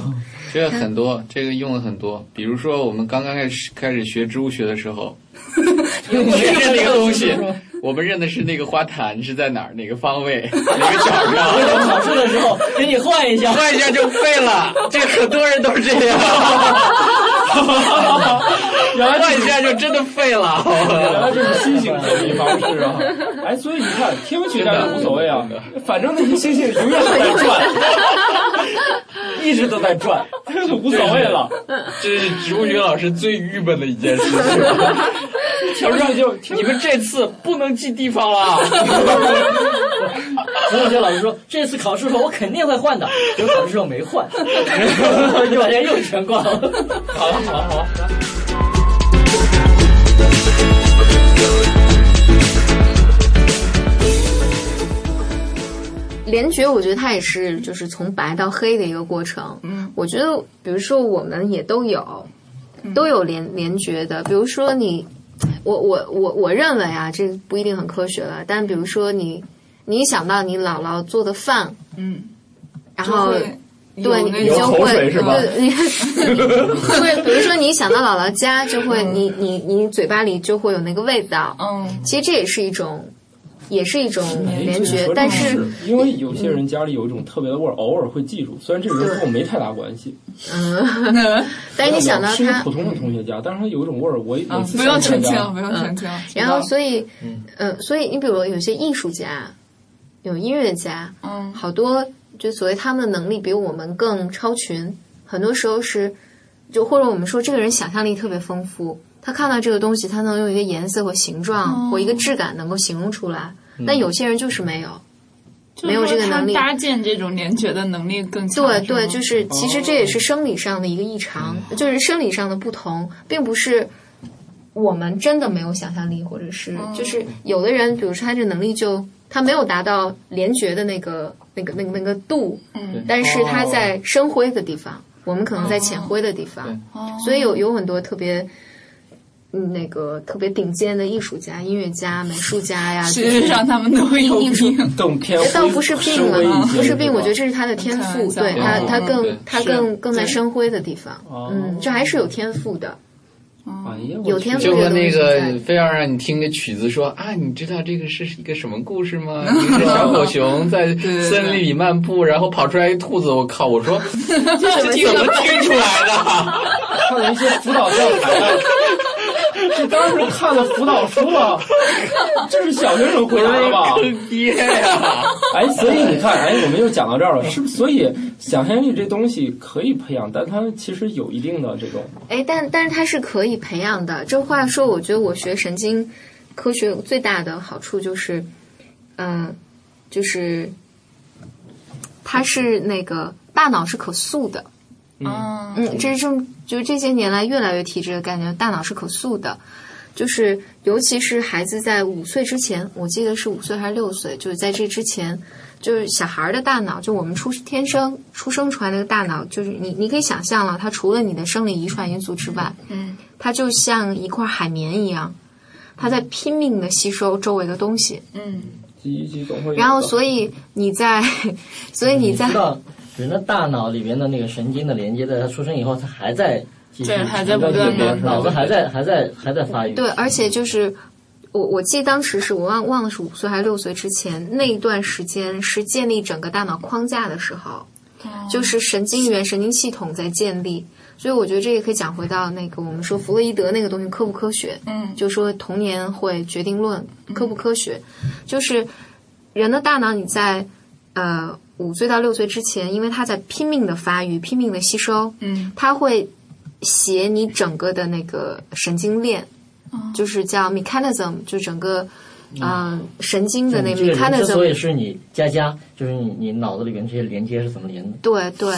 Speaker 2: 这个很。多这个用了很多，比如说我们刚刚开始开始学植物学的时候，我们认那个东西，我们认的是那个花坛是在哪儿，哪个方位，哪个角上。
Speaker 4: 考试的时候给你换一下，
Speaker 2: 换一下就废了。这很多人都是这 样，
Speaker 1: 原来
Speaker 2: 换一下就真的废了。
Speaker 1: 原来这是新型作弊方式啊！哎，所以你看，听觉大家无所谓啊，反正那些星星永远都在转。一直都在转，就无所谓了。
Speaker 2: 这是植物学老师最郁闷的一件事情。
Speaker 1: 调上就
Speaker 2: 你们这次不能记地方了。
Speaker 4: 植物学老师说，这次考试的时候我肯定会换的，结果考试时候没换， 一把人又全挂了。
Speaker 1: 好了好了好了。
Speaker 10: 联觉，我觉得它也是就是从白到黑的一个过程。
Speaker 9: 嗯，
Speaker 10: 我觉得，比如说我们也都有，都有联联觉的。比如说你，我我我我认为啊，这不一定很科学了。但比如说你，你一想到你姥姥做的饭，
Speaker 9: 嗯，
Speaker 10: 然后对
Speaker 9: 对
Speaker 10: 你就
Speaker 1: 口
Speaker 10: 会
Speaker 1: 水是吧
Speaker 10: 对你会，比如说你一想到姥姥家，就会你你你嘴巴里就会有那个味道。
Speaker 9: 嗯，
Speaker 10: 其实这也是一种，也是一种
Speaker 1: 哎
Speaker 10: 联
Speaker 1: 这个
Speaker 10: 觉
Speaker 1: 说，
Speaker 10: 但
Speaker 1: 真
Speaker 10: 是
Speaker 1: 因为有些人家里有一种特别的味儿，偶尔会记住，虽然这个人跟我没太大关系。
Speaker 10: 嗯， 但是你想到
Speaker 1: 是一个
Speaker 10: 他
Speaker 1: 普，通的同学家，但是他有一种味儿，我每
Speaker 9: 嗯，
Speaker 1: 次
Speaker 9: 不要澄
Speaker 1: 想起
Speaker 9: 清
Speaker 1: 来，
Speaker 9: 不要澄清。
Speaker 10: 嗯然后所以
Speaker 1: 嗯，
Speaker 10: 嗯，所以你比如有些艺术家，有音乐家，
Speaker 9: 嗯，
Speaker 10: 好多就所谓他们的能力比我们更超群，很多时候是就或者我们说这个人想象力特别丰富，他看到这个东西，他能用一个颜色或形状
Speaker 9: 哦
Speaker 10: 或一个质感能够形容出来，
Speaker 9: 嗯
Speaker 10: 但有些人就是没有。
Speaker 9: 就是
Speaker 10: 没有这个能力，
Speaker 9: 他搭建这种联觉的能力更强。
Speaker 10: 对
Speaker 9: 是吗
Speaker 10: 对，就是其实这也是生理上的一个异常，就是生理上的不同，并不是我们真的没有想象力，或者是、
Speaker 9: 哦
Speaker 10: 就是有的人，比如说他这能力就他没有达到联觉的那个那个那个那个度，
Speaker 9: 嗯
Speaker 10: 但是他在深灰的地方，我们可能在
Speaker 9: 哦
Speaker 10: 浅灰的地方，所以有有很多特别。嗯那个特别顶尖的艺术家、音乐家、美术家呀，
Speaker 9: 实际上他们都有
Speaker 10: 艺术
Speaker 1: 更偏
Speaker 10: 呃哎倒不是病
Speaker 1: 深微
Speaker 10: 了啊
Speaker 1: 一，些
Speaker 10: 不是
Speaker 1: 是
Speaker 10: 病，
Speaker 1: 吧
Speaker 10: 我觉得这是他的天
Speaker 9: 开
Speaker 10: 赋
Speaker 9: 玩，笑
Speaker 10: 对他
Speaker 1: 嗯
Speaker 10: 他
Speaker 1: 对
Speaker 10: 更他
Speaker 1: 是
Speaker 10: 更更在
Speaker 1: 对
Speaker 10: 生辉的地方，
Speaker 1: 哦
Speaker 10: 嗯，这还是有天赋的，
Speaker 1: 哎呀，我
Speaker 10: 有
Speaker 1: 去
Speaker 10: 天赋
Speaker 2: 就和那
Speaker 10: 这个东
Speaker 2: 个
Speaker 10: 西
Speaker 2: 非要让你听个曲子说啊，你知道这个是一个什么故事吗？一个小狗熊在森林里漫步，然后跑出来一兔子，我靠！我说这事情怎么听出来的？
Speaker 1: 看了一些辅导教材啊，这当时看了辅导书 啊，这是小学生回答的吧？
Speaker 2: 坑爹呀！
Speaker 1: 哎，所以你看，哎，我们又讲到这儿了，是不是？所以想象力这东西可以培养，但它其实有一定的这种
Speaker 10: 哎，但但是它是可以培养的。这话说，我觉得我学神经科学最大的好处就是，嗯、就是它是那个大脑是可塑的，
Speaker 9: 嗯
Speaker 10: 嗯，这是这么就是这些年来越来越提这个概念，大脑是可塑的，就是尤其是孩子在五岁之前，我记得是五岁还是六岁，就是在这之前，就是小孩儿的大脑，就我们出天生出生出来那个大脑，就是你你可以想象了，它除了你的生理遗传因素之外，
Speaker 9: 嗯，
Speaker 10: 它就像一块海绵一样，它在拼命的吸收周围的东西，
Speaker 9: 嗯，
Speaker 1: 记忆机总会有的。
Speaker 10: 然后所以你在，所以你在
Speaker 4: 知道人的大脑里面的那个神经的连接，在他出生以后，他还在继续
Speaker 9: 对还在不断地
Speaker 4: 脑子还在还在还在发育。
Speaker 10: 对，而且就是我我记得当时是我忘忘了是五岁还是六岁之前那一段时间是建立整个大脑框架的时候，就是神经元、神经系统在建立。所以我觉得这也可以讲回到那个我们说弗洛伊德那个东西科不科学，
Speaker 9: 嗯，
Speaker 10: 就说童年会决定论
Speaker 4: 嗯
Speaker 10: 科不科学，就是人的大脑你在呃五岁到六岁之前，因为它在拼命的发育、拼命的吸收，
Speaker 9: 嗯，
Speaker 10: 它会写你整个的那个神经链，
Speaker 4: 哦
Speaker 10: 就是叫 mechanism，就整个嗯、呃神经的那
Speaker 4: 这个人之
Speaker 10: mechanism，
Speaker 4: 所以是你佳佳，就是你你脑子里面这些连接是怎么连的？
Speaker 10: 对对，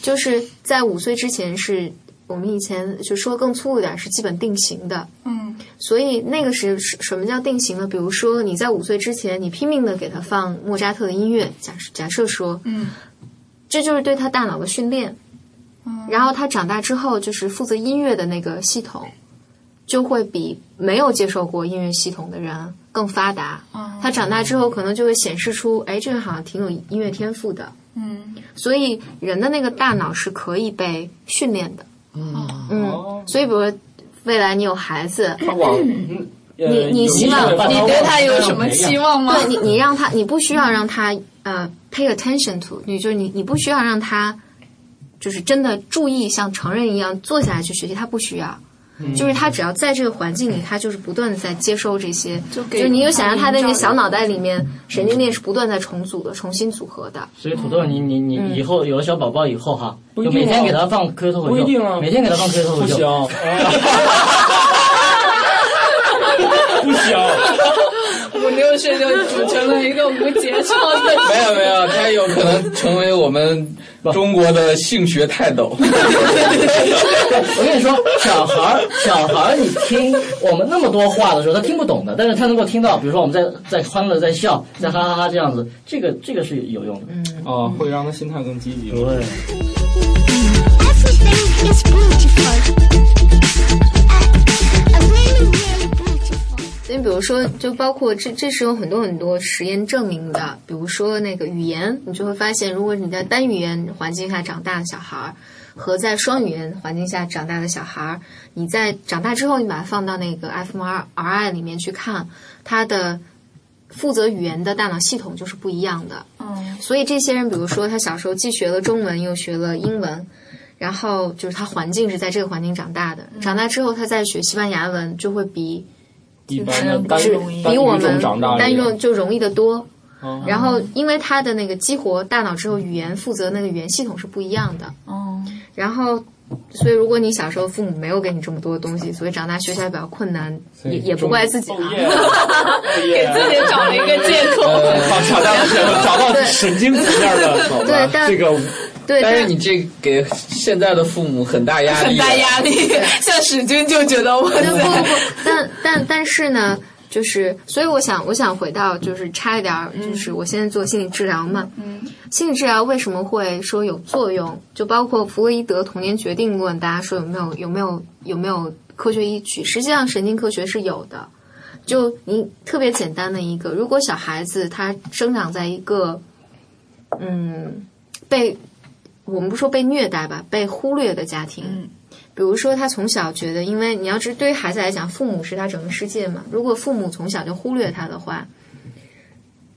Speaker 10: 就是在五岁之前是我们以前就说更粗鲁点儿是基本定型的，
Speaker 9: 嗯
Speaker 10: 所以那个是什什么叫定型呢？比如说你在五岁之前，你拼命的给他放莫扎特的音乐，假设假设说，
Speaker 9: 嗯，
Speaker 10: 这就是对他大脑的训练。
Speaker 9: 嗯
Speaker 10: 然后他长大之后，就是负责音乐的那个系统，就会比没有接受过音乐系统的人更发达。
Speaker 9: 哦
Speaker 10: 他长大之后，可能就会显示出，哎，这个好像挺有音乐天赋的。
Speaker 9: 嗯
Speaker 10: 所以人的那个大脑是可以被训练的。
Speaker 2: 嗯
Speaker 10: 嗯，所以比如说未来你有孩子，
Speaker 1: 他哦往嗯
Speaker 10: 你
Speaker 1: 呃
Speaker 10: 你希望
Speaker 1: 有一定的
Speaker 10: 你
Speaker 1: 方
Speaker 10: 对
Speaker 1: 向
Speaker 10: 他
Speaker 9: 有什么期望吗
Speaker 10: 对你，你让他，你不需要让他呃 pay attention to，你就是你，你不需要让他就是真的注意像成人一样坐下来去学习，他不需要。就是他只要在这个环境里，他就是不断的在接收这些，就
Speaker 9: 给
Speaker 10: 是你有想象他的
Speaker 9: 他
Speaker 10: 那个
Speaker 9: 营造
Speaker 10: 小脑袋里面神经链是不断在重组的、重新组合的。
Speaker 4: 所以土豆，你你你
Speaker 10: 嗯
Speaker 4: 以后有了小宝宝以后哈，
Speaker 1: 不一
Speaker 4: 就
Speaker 1: 定啊
Speaker 4: 每天给他放 QQ 脱口
Speaker 1: 不一定啊
Speaker 4: 秀，每天给他放 QQ 脱口
Speaker 1: 不行
Speaker 4: 秀，，
Speaker 1: 不行，
Speaker 9: 五六岁就组成了一个无节操的
Speaker 2: 没有没有，他有可能成为我们中国的性学泰斗。
Speaker 4: 我跟你说，小孩儿，小孩儿，你听我们那么多话的时候，他听不懂的，但是他能够听到，比如说我们在在欢乐、在笑、
Speaker 10: 嗯
Speaker 4: 在哈哈哈这样子，这个这个是有用的。
Speaker 1: 哦啊，会让他心态更积极。
Speaker 4: 对，
Speaker 13: Everything is beautiful. I, I really, really beautiful.
Speaker 10: 因为比如说，就包括这这是有很多很多实验证明的，比如说那个语言，你就会发现，如果你在单语言环境下长大的小孩儿，和在双语言环境下长大的小孩儿，你在长大之后，你把它放到那个 fMRI 里面去看，他的负责语言的大脑系统就是不一样的。
Speaker 9: 嗯，
Speaker 10: 所以这些人，比如说他小时候既学了中文，又学了英文，然后就是他环境是在这个环境长大的，长大之后他在学西班牙文就会比
Speaker 1: 一般的单
Speaker 10: 是比我
Speaker 1: 单语
Speaker 10: 们
Speaker 1: 种长大的
Speaker 10: 单
Speaker 1: 人
Speaker 10: 用就容易得多。
Speaker 1: 哦
Speaker 10: 然后，因为他的那个激活大脑之后，语言负责那个语言系统是不一样的。
Speaker 9: 哦，
Speaker 10: 然后，所以如果你小时候父母没有给你这么多东西，所以长大学起来比较困难，
Speaker 1: 所以
Speaker 10: 也也不
Speaker 1: 中
Speaker 10: 怪自己啊了。
Speaker 1: 给
Speaker 3: 自己找了一个借口
Speaker 1: 呃，找到找到神经层面的
Speaker 2: 好吧
Speaker 10: 对但
Speaker 2: 这个，
Speaker 10: 对
Speaker 2: 但是你这给现在的父母很大压力，啊
Speaker 3: 很大压力。像史军就觉得我
Speaker 10: 不
Speaker 3: 在
Speaker 10: 不不，但但但是呢，就是所以我想我想回到就是差一点儿，就是我现在做心理治疗嘛，
Speaker 9: 嗯，
Speaker 10: 心理治疗为什么会说有作用？就包括弗洛伊德童年决定论，大家说有没有有没有有没有科学依据？实际上神经科学是有的。就你特别简单的一个，如果小孩子他生长在一个，嗯，被我们不说被虐待吧，被忽略的家庭，比如说他从小觉得，因为你要知，对于孩子来讲，父母是他整个世界嘛。如果父母从小就忽略他的话，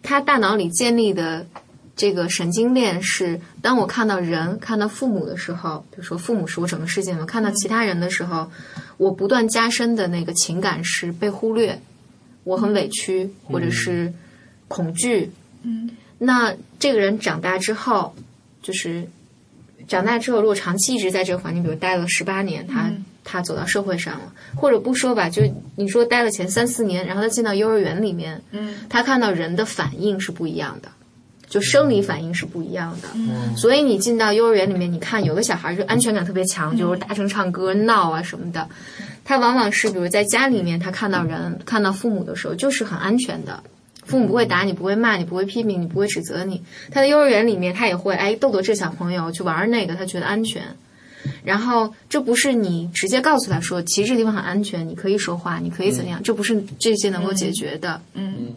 Speaker 10: 他大脑里建立的这个神经链是，当我看到人、看到父母的时候，比如说父母是我整个世界嘛，看到其他人的时候，我不断加深的那个情感是被忽略，我很委屈，或者是恐惧。
Speaker 9: 嗯，
Speaker 10: 那这个人长大之后，就是长大之后，如果长期一直在这个环境，比如待了十八年，他、
Speaker 9: 嗯
Speaker 10: 他走到社会上了，或者不说吧，就你说待了前三四年，然后他进到幼儿园里面，
Speaker 9: 嗯
Speaker 10: 他看到人的反应是不一样的，就生理反应是不一样的。
Speaker 9: 嗯
Speaker 10: 所以你进到幼儿园里面，你看有的小孩就安全感特别强，就是大声唱歌、闹啊什么的。他往往是，比如在家里面，他看到人、看到父母的时候，就是很安全的，父母不会打你，不会骂你，不会批评你，不会指责你。他在幼儿园里面，他也会哎逗逗这小朋友去玩儿那个，他觉得安全。然后这不是你直接告诉他说，其实这地方很安全，你可以说话，你可以怎样，这不是这些能够解决的。
Speaker 9: 嗯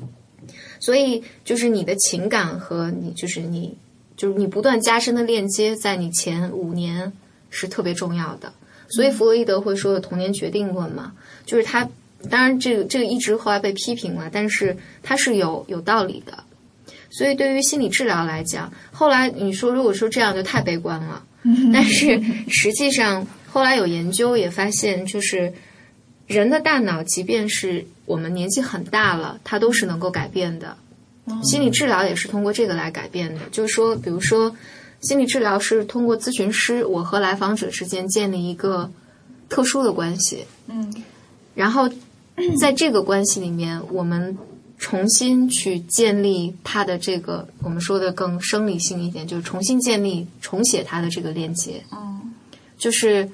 Speaker 10: 所以就是你的情感和你就是你就是你不断加深的链接，在你前五年是特别重要的。所以弗洛伊德会说的童年决定论嘛，就是他当然这个这个一直后来被批评了，但是它是有有道理的。所以对于心理治疗来讲，后来你说如果说这样就太悲观了，但是实际上后来有研究也发现，就是人的大脑，即便是我们年纪很大了，它都是能够改变的。心理治疗也是通过这个来改变的，就是说，比如说，心理治疗是通过咨询师我和来访者之间建立一个特殊的关系，
Speaker 9: 嗯
Speaker 10: 然后在这个关系里面，我们重新去建立他的这个我们说的更生理性一点，就是重新建立、重写他的这个链接，
Speaker 9: 嗯
Speaker 10: 就是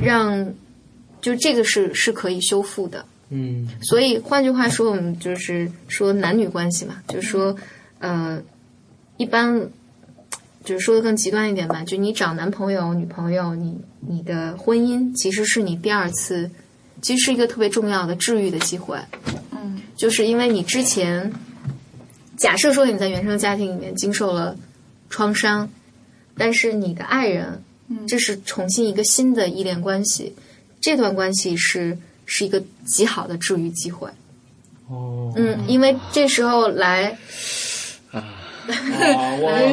Speaker 10: 让，就这个是是可以修复的。
Speaker 1: 嗯，
Speaker 10: 所以换句话说，我们就是说男女关系嘛，就是说，呃，一般就是说的更极端一点吧，就你找男朋友、女朋友，你你的婚姻其实是你第二次，其实是一个特别重要的治愈的机会，
Speaker 9: 嗯
Speaker 10: 就是因为你之前，假设说你在原生家庭里面经受了创伤，但是你的爱人，这是重新一个新的依恋关系，这段关系是是一个极好的治愈机会。
Speaker 1: 哦，
Speaker 10: 嗯，因为这时候来，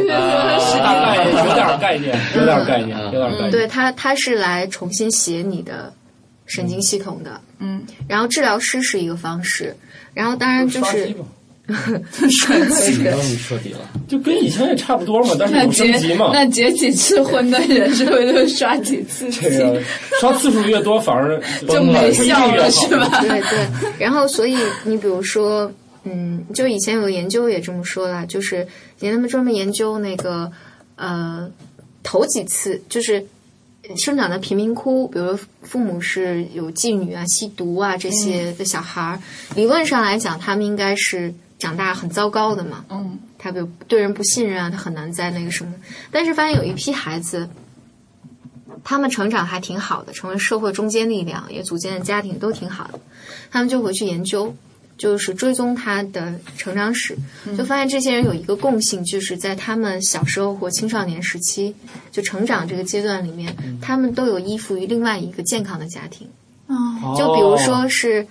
Speaker 1: 大概有点概念，有点概念，有点概念。
Speaker 10: 对他他是来重新写你的神经系统的，
Speaker 9: 嗯，
Speaker 10: 然后治疗师是一个方式，然后当然就
Speaker 1: 刷
Speaker 10: 是
Speaker 1: 机吧
Speaker 10: 刷机
Speaker 4: 你彻底了。
Speaker 1: 就跟以前也差不多嘛，但是
Speaker 3: 那
Speaker 1: 有升
Speaker 3: 结
Speaker 1: 级嘛。
Speaker 3: 那结几次婚的人是不是就刷几次
Speaker 1: 这个
Speaker 3: 机？
Speaker 1: 刷次数越多，反而
Speaker 3: 就没效了是吧？
Speaker 10: 对对。然后，所以你比如说，嗯，就以前有个研究也这么说啦，就是以前他们专门研究那个呃头几次，就是生长在贫民窟，比如父母是有妓女啊、吸毒啊这些的小孩儿，理论上来讲，他们应该是长大很糟糕的嘛。
Speaker 9: 嗯
Speaker 10: 他比如对人不信任啊，他很难在那个什么。但是发现有一批孩子，他们成长还挺好的，成为社会中坚力量，也组建了家庭，都挺好的。他们就回去研究，就是追踪他的成长史，就发现这些人有一个共性，就是在他们小时候或青少年时期，就成长这个阶段里面，他们都有依附于另外一个健康的家庭。
Speaker 9: 哦
Speaker 10: 就比如说是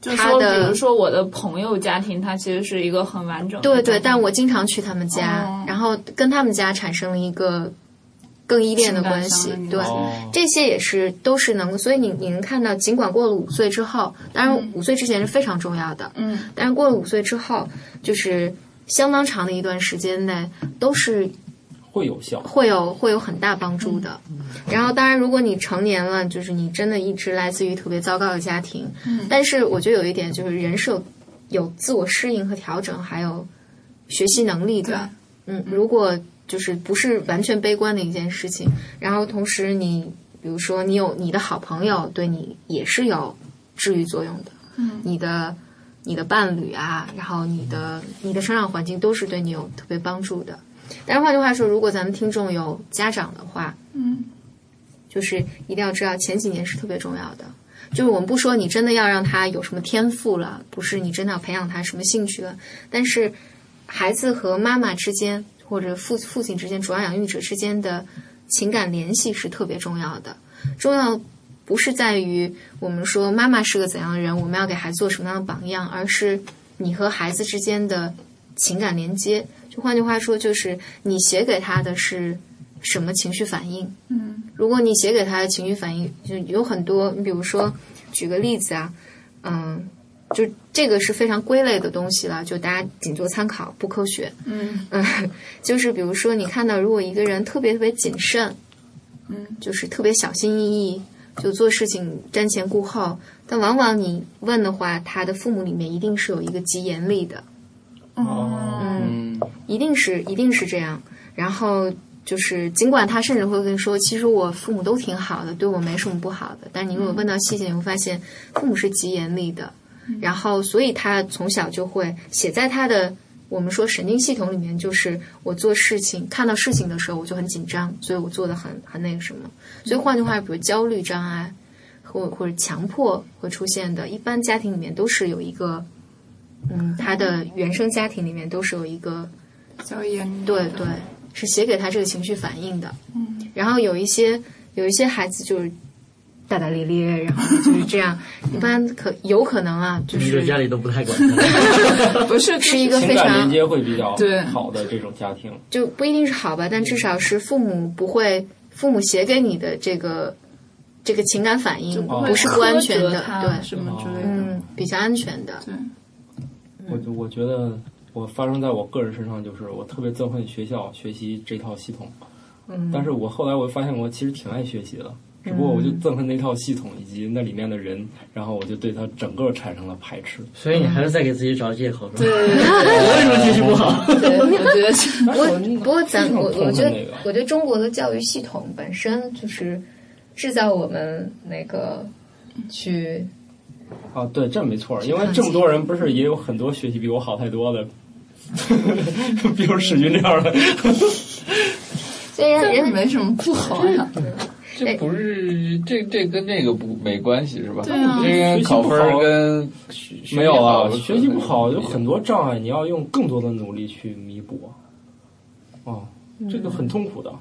Speaker 9: 就
Speaker 10: 他
Speaker 9: 说，比
Speaker 10: 的
Speaker 9: 如说我的朋友家庭，它其实是一个很完整的
Speaker 10: 对
Speaker 9: 家
Speaker 10: 对，
Speaker 9: 庭
Speaker 10: 但我经常去他们家，
Speaker 9: 哦
Speaker 10: 然后跟他们家产生了一个更依恋的关
Speaker 9: 情
Speaker 10: 系
Speaker 9: 感上。的
Speaker 10: 对，
Speaker 9: 联系哦
Speaker 10: 这些也是都是能，所以你你能看到，尽管过了五岁之后，当然五岁之前是非常重要的，
Speaker 9: 嗯，
Speaker 10: 但是过了五岁之后，就是相当长的一段时间内都是
Speaker 1: 会有效。
Speaker 10: 会有会有很大帮助的。
Speaker 9: 嗯
Speaker 10: 然后，当然，如果你成年了，就是你真的一直来自于特别糟糕的家庭，
Speaker 9: 嗯
Speaker 10: 但是我觉得有一点就是人是有有自我适应和调整，还有学习能力的。嗯，如果就是不是完全悲观的一件事情，然后同时你比如说你有你的好朋友对你也是有治愈作用的，
Speaker 9: 嗯
Speaker 10: 你的。你的伴侣啊，然后你的你的生长环境都是对你有特别帮助的。但是换句话说，如果咱们听众有家长的话，
Speaker 9: 嗯
Speaker 10: 就是一定要知道前几年是特别重要的。就是我们不说你真的要让他有什么天赋了，不是你真的要培养他什么兴趣了，但是孩子和妈妈之间或者父父亲之间、主要养育者之间的情感联系是特别重要的。重要不是在于我们说妈妈是个怎样的人，我们要给孩子做什么样的榜样，而是你和孩子之间的情感连接。就换句话说，就是你写给他的是什么情绪反应。
Speaker 9: 嗯
Speaker 10: 如果你写给他的情绪反应，就有很多，你比如说，举个例子啊，嗯，就这个是非常归类的东西了，就大家仅做参考，不科学。
Speaker 9: 嗯
Speaker 10: 嗯，就是比如说，你看到如果一个人特别特别谨慎，
Speaker 9: 嗯，
Speaker 10: 就是特别小心翼翼，就做事情瞻前顾后，但往往你问的话，他的父母里面一定是有一个极严厉的，嗯，一定是一定是这样。然后就是，尽管他甚至会跟你说，其实我父母都挺好的，对我没什么不好的。但你如果问到细节，你会发现父母是极严厉的。然后，所以他从小就会写在他的我们说神经系统里面，就是我做事情看到事情的时候我就很紧张，所以我做的很很那个什么。所以换句话，比如焦虑障碍或或者强迫会出现的，一般家庭里面都是有一个，嗯，他的原生家庭里面都是有一个
Speaker 9: 较严厉
Speaker 10: 对
Speaker 9: 的
Speaker 10: 对，是写给他这个情绪反应的。
Speaker 9: 嗯
Speaker 10: 然后有一些有一些孩子就是大大咧咧，然后就是这样，一般可有可能啊，就
Speaker 4: 你这
Speaker 10: 是
Speaker 4: 家里都不太管。
Speaker 10: 不是是一个
Speaker 1: 情
Speaker 10: 非
Speaker 1: 感
Speaker 10: 常
Speaker 1: 连接会比较
Speaker 10: 对
Speaker 1: 好的这种家庭，
Speaker 10: 就不一定是好吧，但至少是父母不会，父母写给你的这个这个情感反应
Speaker 1: 不会
Speaker 10: 不是不安全
Speaker 1: 苛责
Speaker 10: 的
Speaker 1: 他，
Speaker 10: 对，
Speaker 1: 什么之类的
Speaker 10: 嗯，比较安全的，
Speaker 9: 对，
Speaker 1: 我就我觉得我发生在我个人身上，就是我特别憎恨学校学习这套系统，
Speaker 10: 嗯，
Speaker 1: 但是我后来我发现我其实挺爱学习的，只不过我就憎恨那套系统以及那里面的人，然后我就对它整个产生了排斥。
Speaker 4: 所以你还是在给自己找借口，是吧？
Speaker 1: 对
Speaker 4: 我为什么情绪不好？
Speaker 10: 对，我觉得
Speaker 1: 是
Speaker 10: 不过
Speaker 9: 嗯
Speaker 10: 不过咱我我觉得
Speaker 4: 那个
Speaker 10: 我觉得中国的教育系统本身就是制造我们那个去
Speaker 1: 啊，对，这没错儿，因为这么多人不是也有很多学习比我好太多的， 比如史军这样的，
Speaker 10: 虽然
Speaker 9: 人没什么不好呀，
Speaker 2: 这不是这这跟那个不没关系是吧？
Speaker 9: 对啊
Speaker 2: 这跟考分儿跟学
Speaker 1: 没有啊，
Speaker 2: 学
Speaker 1: 学
Speaker 2: 习
Speaker 1: 习
Speaker 2: 不好
Speaker 1: 不好有很多障碍，你要用更多的努力去弥补。哦，这个很痛苦的。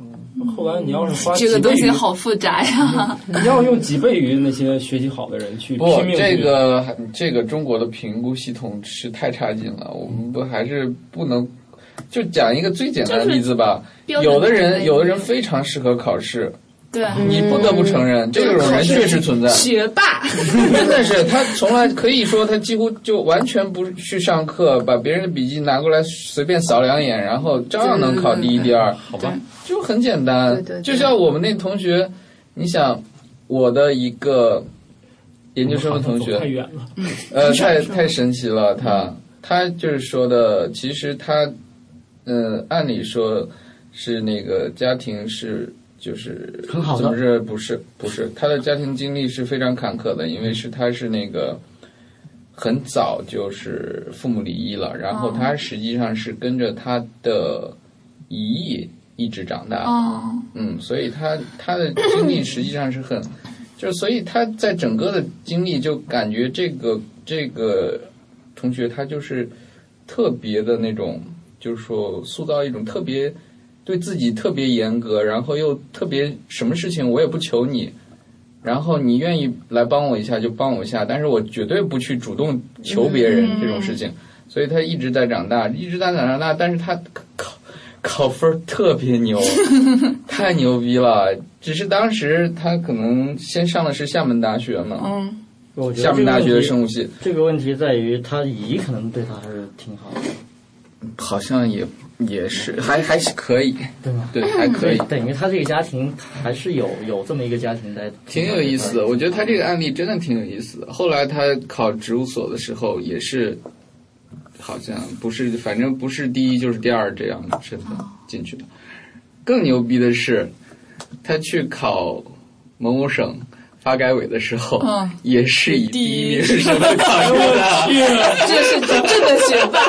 Speaker 1: 后来你要是花
Speaker 9: 嗯这个
Speaker 1: 几倍
Speaker 9: 东
Speaker 1: 于
Speaker 9: 西好复杂呀。
Speaker 1: 你要用几倍于那些学习好的人去
Speaker 2: 不
Speaker 1: 拼，命去
Speaker 2: 这个还这个中国的评估系统是太差劲了，我们不还是不能。就讲一个最简单的例子吧，
Speaker 9: 就是标
Speaker 2: 有
Speaker 9: 准
Speaker 2: 的
Speaker 9: 准
Speaker 2: 人
Speaker 9: 备
Speaker 2: 有的人非嗯常适合考试，
Speaker 9: 对，
Speaker 2: 你不
Speaker 9: 嗯
Speaker 2: 得不承认这种人确实存在
Speaker 9: 学霸，
Speaker 2: 真的是他从来可以说他几乎就完全不去上课，把别人的笔记拿过来随便扫两眼，然后照样能考第一、第二，好吧，就很简单。就像我们那同学，你想我的一个研究生的同学，
Speaker 1: 太远了。
Speaker 2: 呃，太太神奇了，他
Speaker 4: 嗯
Speaker 2: 他就是说的，其实他，嗯，按理说是那个家庭是就是
Speaker 4: 很好的
Speaker 2: 怎么是不是不是他的家庭经历是非常坎坷的，因为是他是那个呃很早
Speaker 4: 哦
Speaker 2: 就是父母离异了，然后他实际上是跟着他的姨一直长大的。
Speaker 9: 哦
Speaker 2: 嗯，所以他他的经历实际上是很，就是所以他在整个的经历就感觉这个这个同学他就是特别的那种，就是说塑造一种特别对自己特别严格，然后又特别什么事情我也不求你。然后你愿意来帮我一下就帮我一下，但是我绝对不去主动求别人
Speaker 9: 嗯
Speaker 2: 这种事情，所以他一直在长大，一直在长大，但是他考考分儿特 别牛，太牛逼了。只是当时他可能先上的是厦门大学嘛，
Speaker 9: 嗯，
Speaker 4: 哦我觉得
Speaker 2: 厦门大
Speaker 4: 这个问
Speaker 2: 学
Speaker 4: 题
Speaker 2: 生物系
Speaker 4: 这个问题在于他姨可能对他还是挺好的，
Speaker 2: 好像也也是 还还是可以，
Speaker 4: 对吗？
Speaker 2: 对，还可以
Speaker 4: 所，等于他这个家庭还是有有这么一个家庭在，
Speaker 2: 挺有意思的。我觉得他这个案例真的挺有意思的。后来他考植物所的时候也是，好像不是，反正不是第一就是第二这样的身份进去的。更牛逼的是，他去考某某省发改委的时候，
Speaker 9: 嗯
Speaker 2: 也是以第一名身份考出
Speaker 1: 我去
Speaker 2: 的。
Speaker 9: 这是真正的学霸。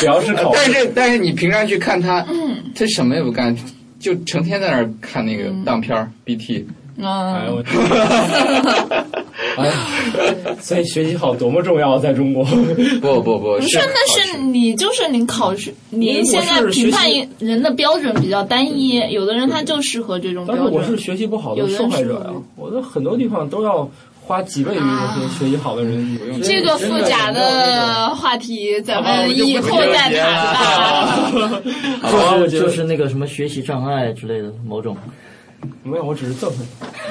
Speaker 1: 只要是考
Speaker 2: 但 是但是你平常去看他，他什么也不干，就成天在那儿看那个当片儿 BT。
Speaker 1: 哎
Speaker 9: 嗯，
Speaker 1: 我，哎呀，所以学习好多么重要，在中国。
Speaker 2: 不不不
Speaker 9: 不是，那是你就是你考试，你现在评判一人的标准比较单一，有的人他就适合这种
Speaker 1: 但
Speaker 9: 标
Speaker 1: 是
Speaker 9: 准。
Speaker 1: 我是学习不好
Speaker 9: 有
Speaker 1: 的
Speaker 9: 人
Speaker 1: 受害者
Speaker 9: 是
Speaker 1: 呀，我在很多地方都要花几倍于那些学习好的人。
Speaker 9: 这个复杂的话题，咱们以后再谈吧。
Speaker 1: 好
Speaker 4: 就是
Speaker 1: 我觉得
Speaker 4: 就是那个什么学习障碍之类的某种，
Speaker 1: 没有，我只是憎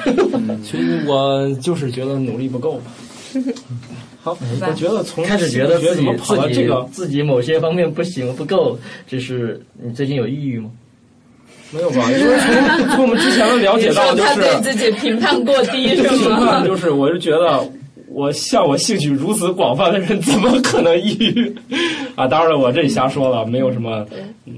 Speaker 9: 嗯
Speaker 1: 恨。其实我就是觉得努力不够吧。 好，我觉得从
Speaker 4: 开始
Speaker 1: 心
Speaker 4: 觉
Speaker 1: 理
Speaker 4: 得
Speaker 1: 学
Speaker 4: 自
Speaker 1: 怎
Speaker 4: 己
Speaker 1: 么跑到
Speaker 4: 自己
Speaker 1: 这个
Speaker 4: 自己某些方面不行不够，就是你最近有抑郁吗？
Speaker 1: 没有吧？因为从从我们之前的 了解到，
Speaker 3: 你
Speaker 1: 就
Speaker 3: 说他
Speaker 1: 是
Speaker 3: 对自己评判过低
Speaker 1: 这
Speaker 3: 是
Speaker 1: 评判
Speaker 3: 吗？
Speaker 1: 就是，我是觉得，我像我兴趣如此广泛的人，怎么可能抑郁？啊，当然了，我这里瞎说了，没有什么。嗯，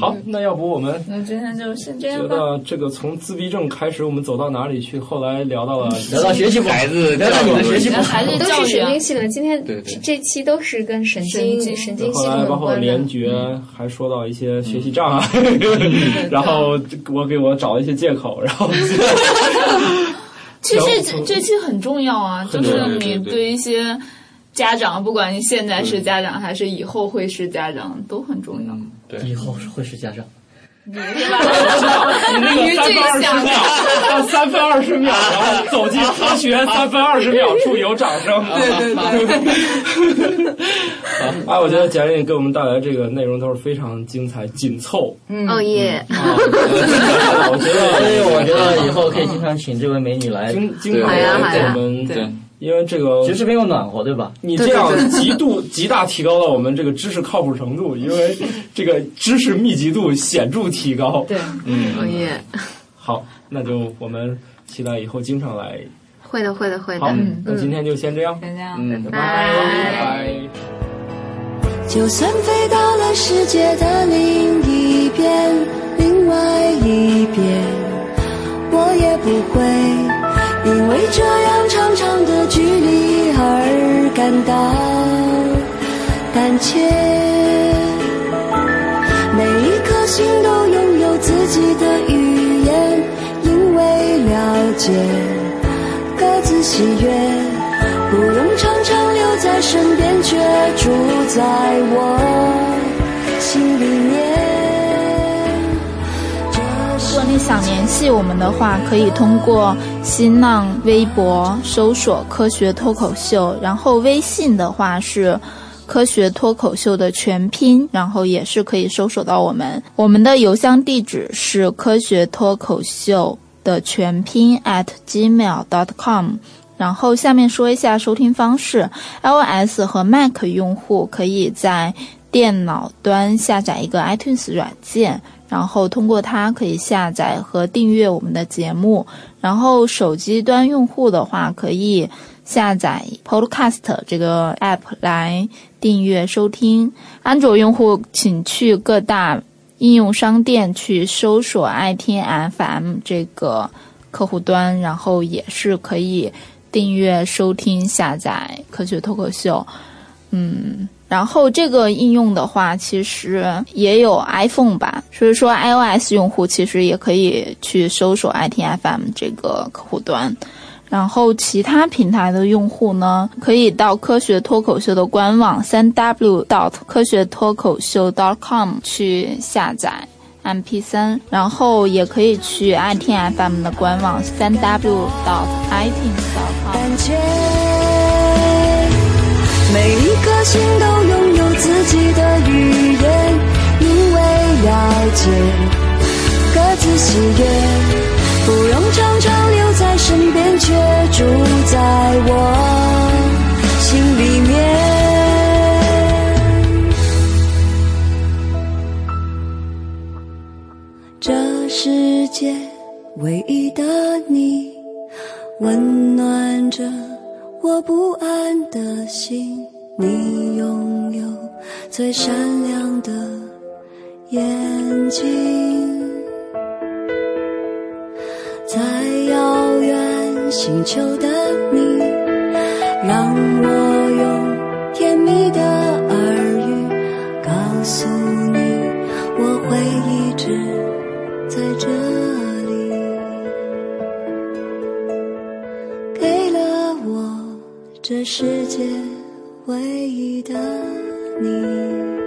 Speaker 1: 好，那要不我们
Speaker 9: 那今天就先这
Speaker 1: 觉
Speaker 9: 样吧。
Speaker 1: 得这个从自闭症开始，我们走到哪里去？后来聊
Speaker 9: 嗯
Speaker 1: 到了
Speaker 4: 聊到学习不好
Speaker 2: 孩子
Speaker 4: 聊到你
Speaker 2: 教育
Speaker 4: 的学习不好，
Speaker 9: 孩子
Speaker 10: 都
Speaker 9: 教育
Speaker 10: 是神
Speaker 9: 啊
Speaker 10: 经系统，今天
Speaker 2: 对对
Speaker 10: 这期都是跟神经
Speaker 9: 神经
Speaker 10: 神
Speaker 1: 对
Speaker 10: 经
Speaker 1: 后
Speaker 10: 系统
Speaker 1: 来
Speaker 10: 有
Speaker 1: 包括
Speaker 10: 关的。
Speaker 1: 联觉，还说到一些学习障碍， 然后我给我找了一些借口，然后
Speaker 9: 其实这这期很重要啊，就
Speaker 1: 很重要
Speaker 9: 是
Speaker 2: 对对
Speaker 9: 你
Speaker 2: 对
Speaker 9: 对一些家长，不管你现在是家长还是以后会是家长，都很重要。
Speaker 2: 嗯，对。
Speaker 4: 以后会是家长。
Speaker 9: 你是吧？
Speaker 1: 那
Speaker 9: 你
Speaker 1: 个
Speaker 9: 最
Speaker 1: 三分二十
Speaker 9: 想
Speaker 1: 秒到三分二十秒，然后走进科学三分二十秒处有掌声。对对对。 啊，我觉得简历给我们带来这个内容都是非常精彩、紧凑。
Speaker 10: 哦耶！
Speaker 1: 我 觉
Speaker 4: 所以
Speaker 1: 得
Speaker 4: 我觉得以后可以经常请这位美女来，
Speaker 1: 经经常
Speaker 10: 好呀好
Speaker 1: 给
Speaker 10: 呀
Speaker 1: 我们，
Speaker 2: 对，
Speaker 1: 因为这个
Speaker 4: 其实并不暖和，对吧？
Speaker 1: 你这样极 度极大提高了我们这个知识靠谱程度，因为这个知识密集度显著提高。嗯
Speaker 10: 对，哦耶！
Speaker 1: 好，那就我们期待以后经常来。
Speaker 10: 会的，会的，会的
Speaker 1: 好。，那今天就先这样，
Speaker 9: 这样。
Speaker 2: 嗯，
Speaker 1: 拜拜。
Speaker 7: 就算飞到了世界的另一边，另外一边，我也不会因为这样长长的距离而感到胆怯。每一颗心都拥有自己的语言，因为了解。各自喜悦，不用常常留在身边，却住在我心里面。这
Speaker 14: 如
Speaker 7: 是
Speaker 14: 果你想联系我们的话，可以通过新浪微博搜索“科学脱口秀”，然后微信的话是“科学脱口秀”的全拼，然后也是可以搜索到我们。我们的邮箱地址是“科学脱口秀”的全拼 at gmail.com。然后下面说一下收听方式，iOS 和 Mac 用户可以在电脑端下载一个 iTunes 软件，然后通过它可以下载和订阅我们的节目。然后手机端用户的话，可以下载 Podcast 这个 app 来订阅收听。安卓用户请去各大应用商店去搜索爱听 FM 这个客户端，然后也是可以订阅收听下载《科学脱口秀》。嗯，然后这个应用的话，其实也有 iPhone 吧，所以说 iOS 用户其实也可以去搜索 ITFM 这个客户端。然后其他平台的用户呢，可以到科学脱口秀的官网三 w dot 科学脱口秀 dot com 去下载 MP 三，然后也可以去 iTunes FM 的官网三 w dot iTunes dot com。
Speaker 7: 感觉每一颗心都拥有自己的语言，因为了解各自喜悦。不用常常留在身边，却住在我心里面。这世界唯一的你，温暖着我不安的心。你拥有最闪亮的眼睛。在遥远星球的你，让我用甜蜜的耳语告诉你，我会一直在这里，给了我这世界唯一的你。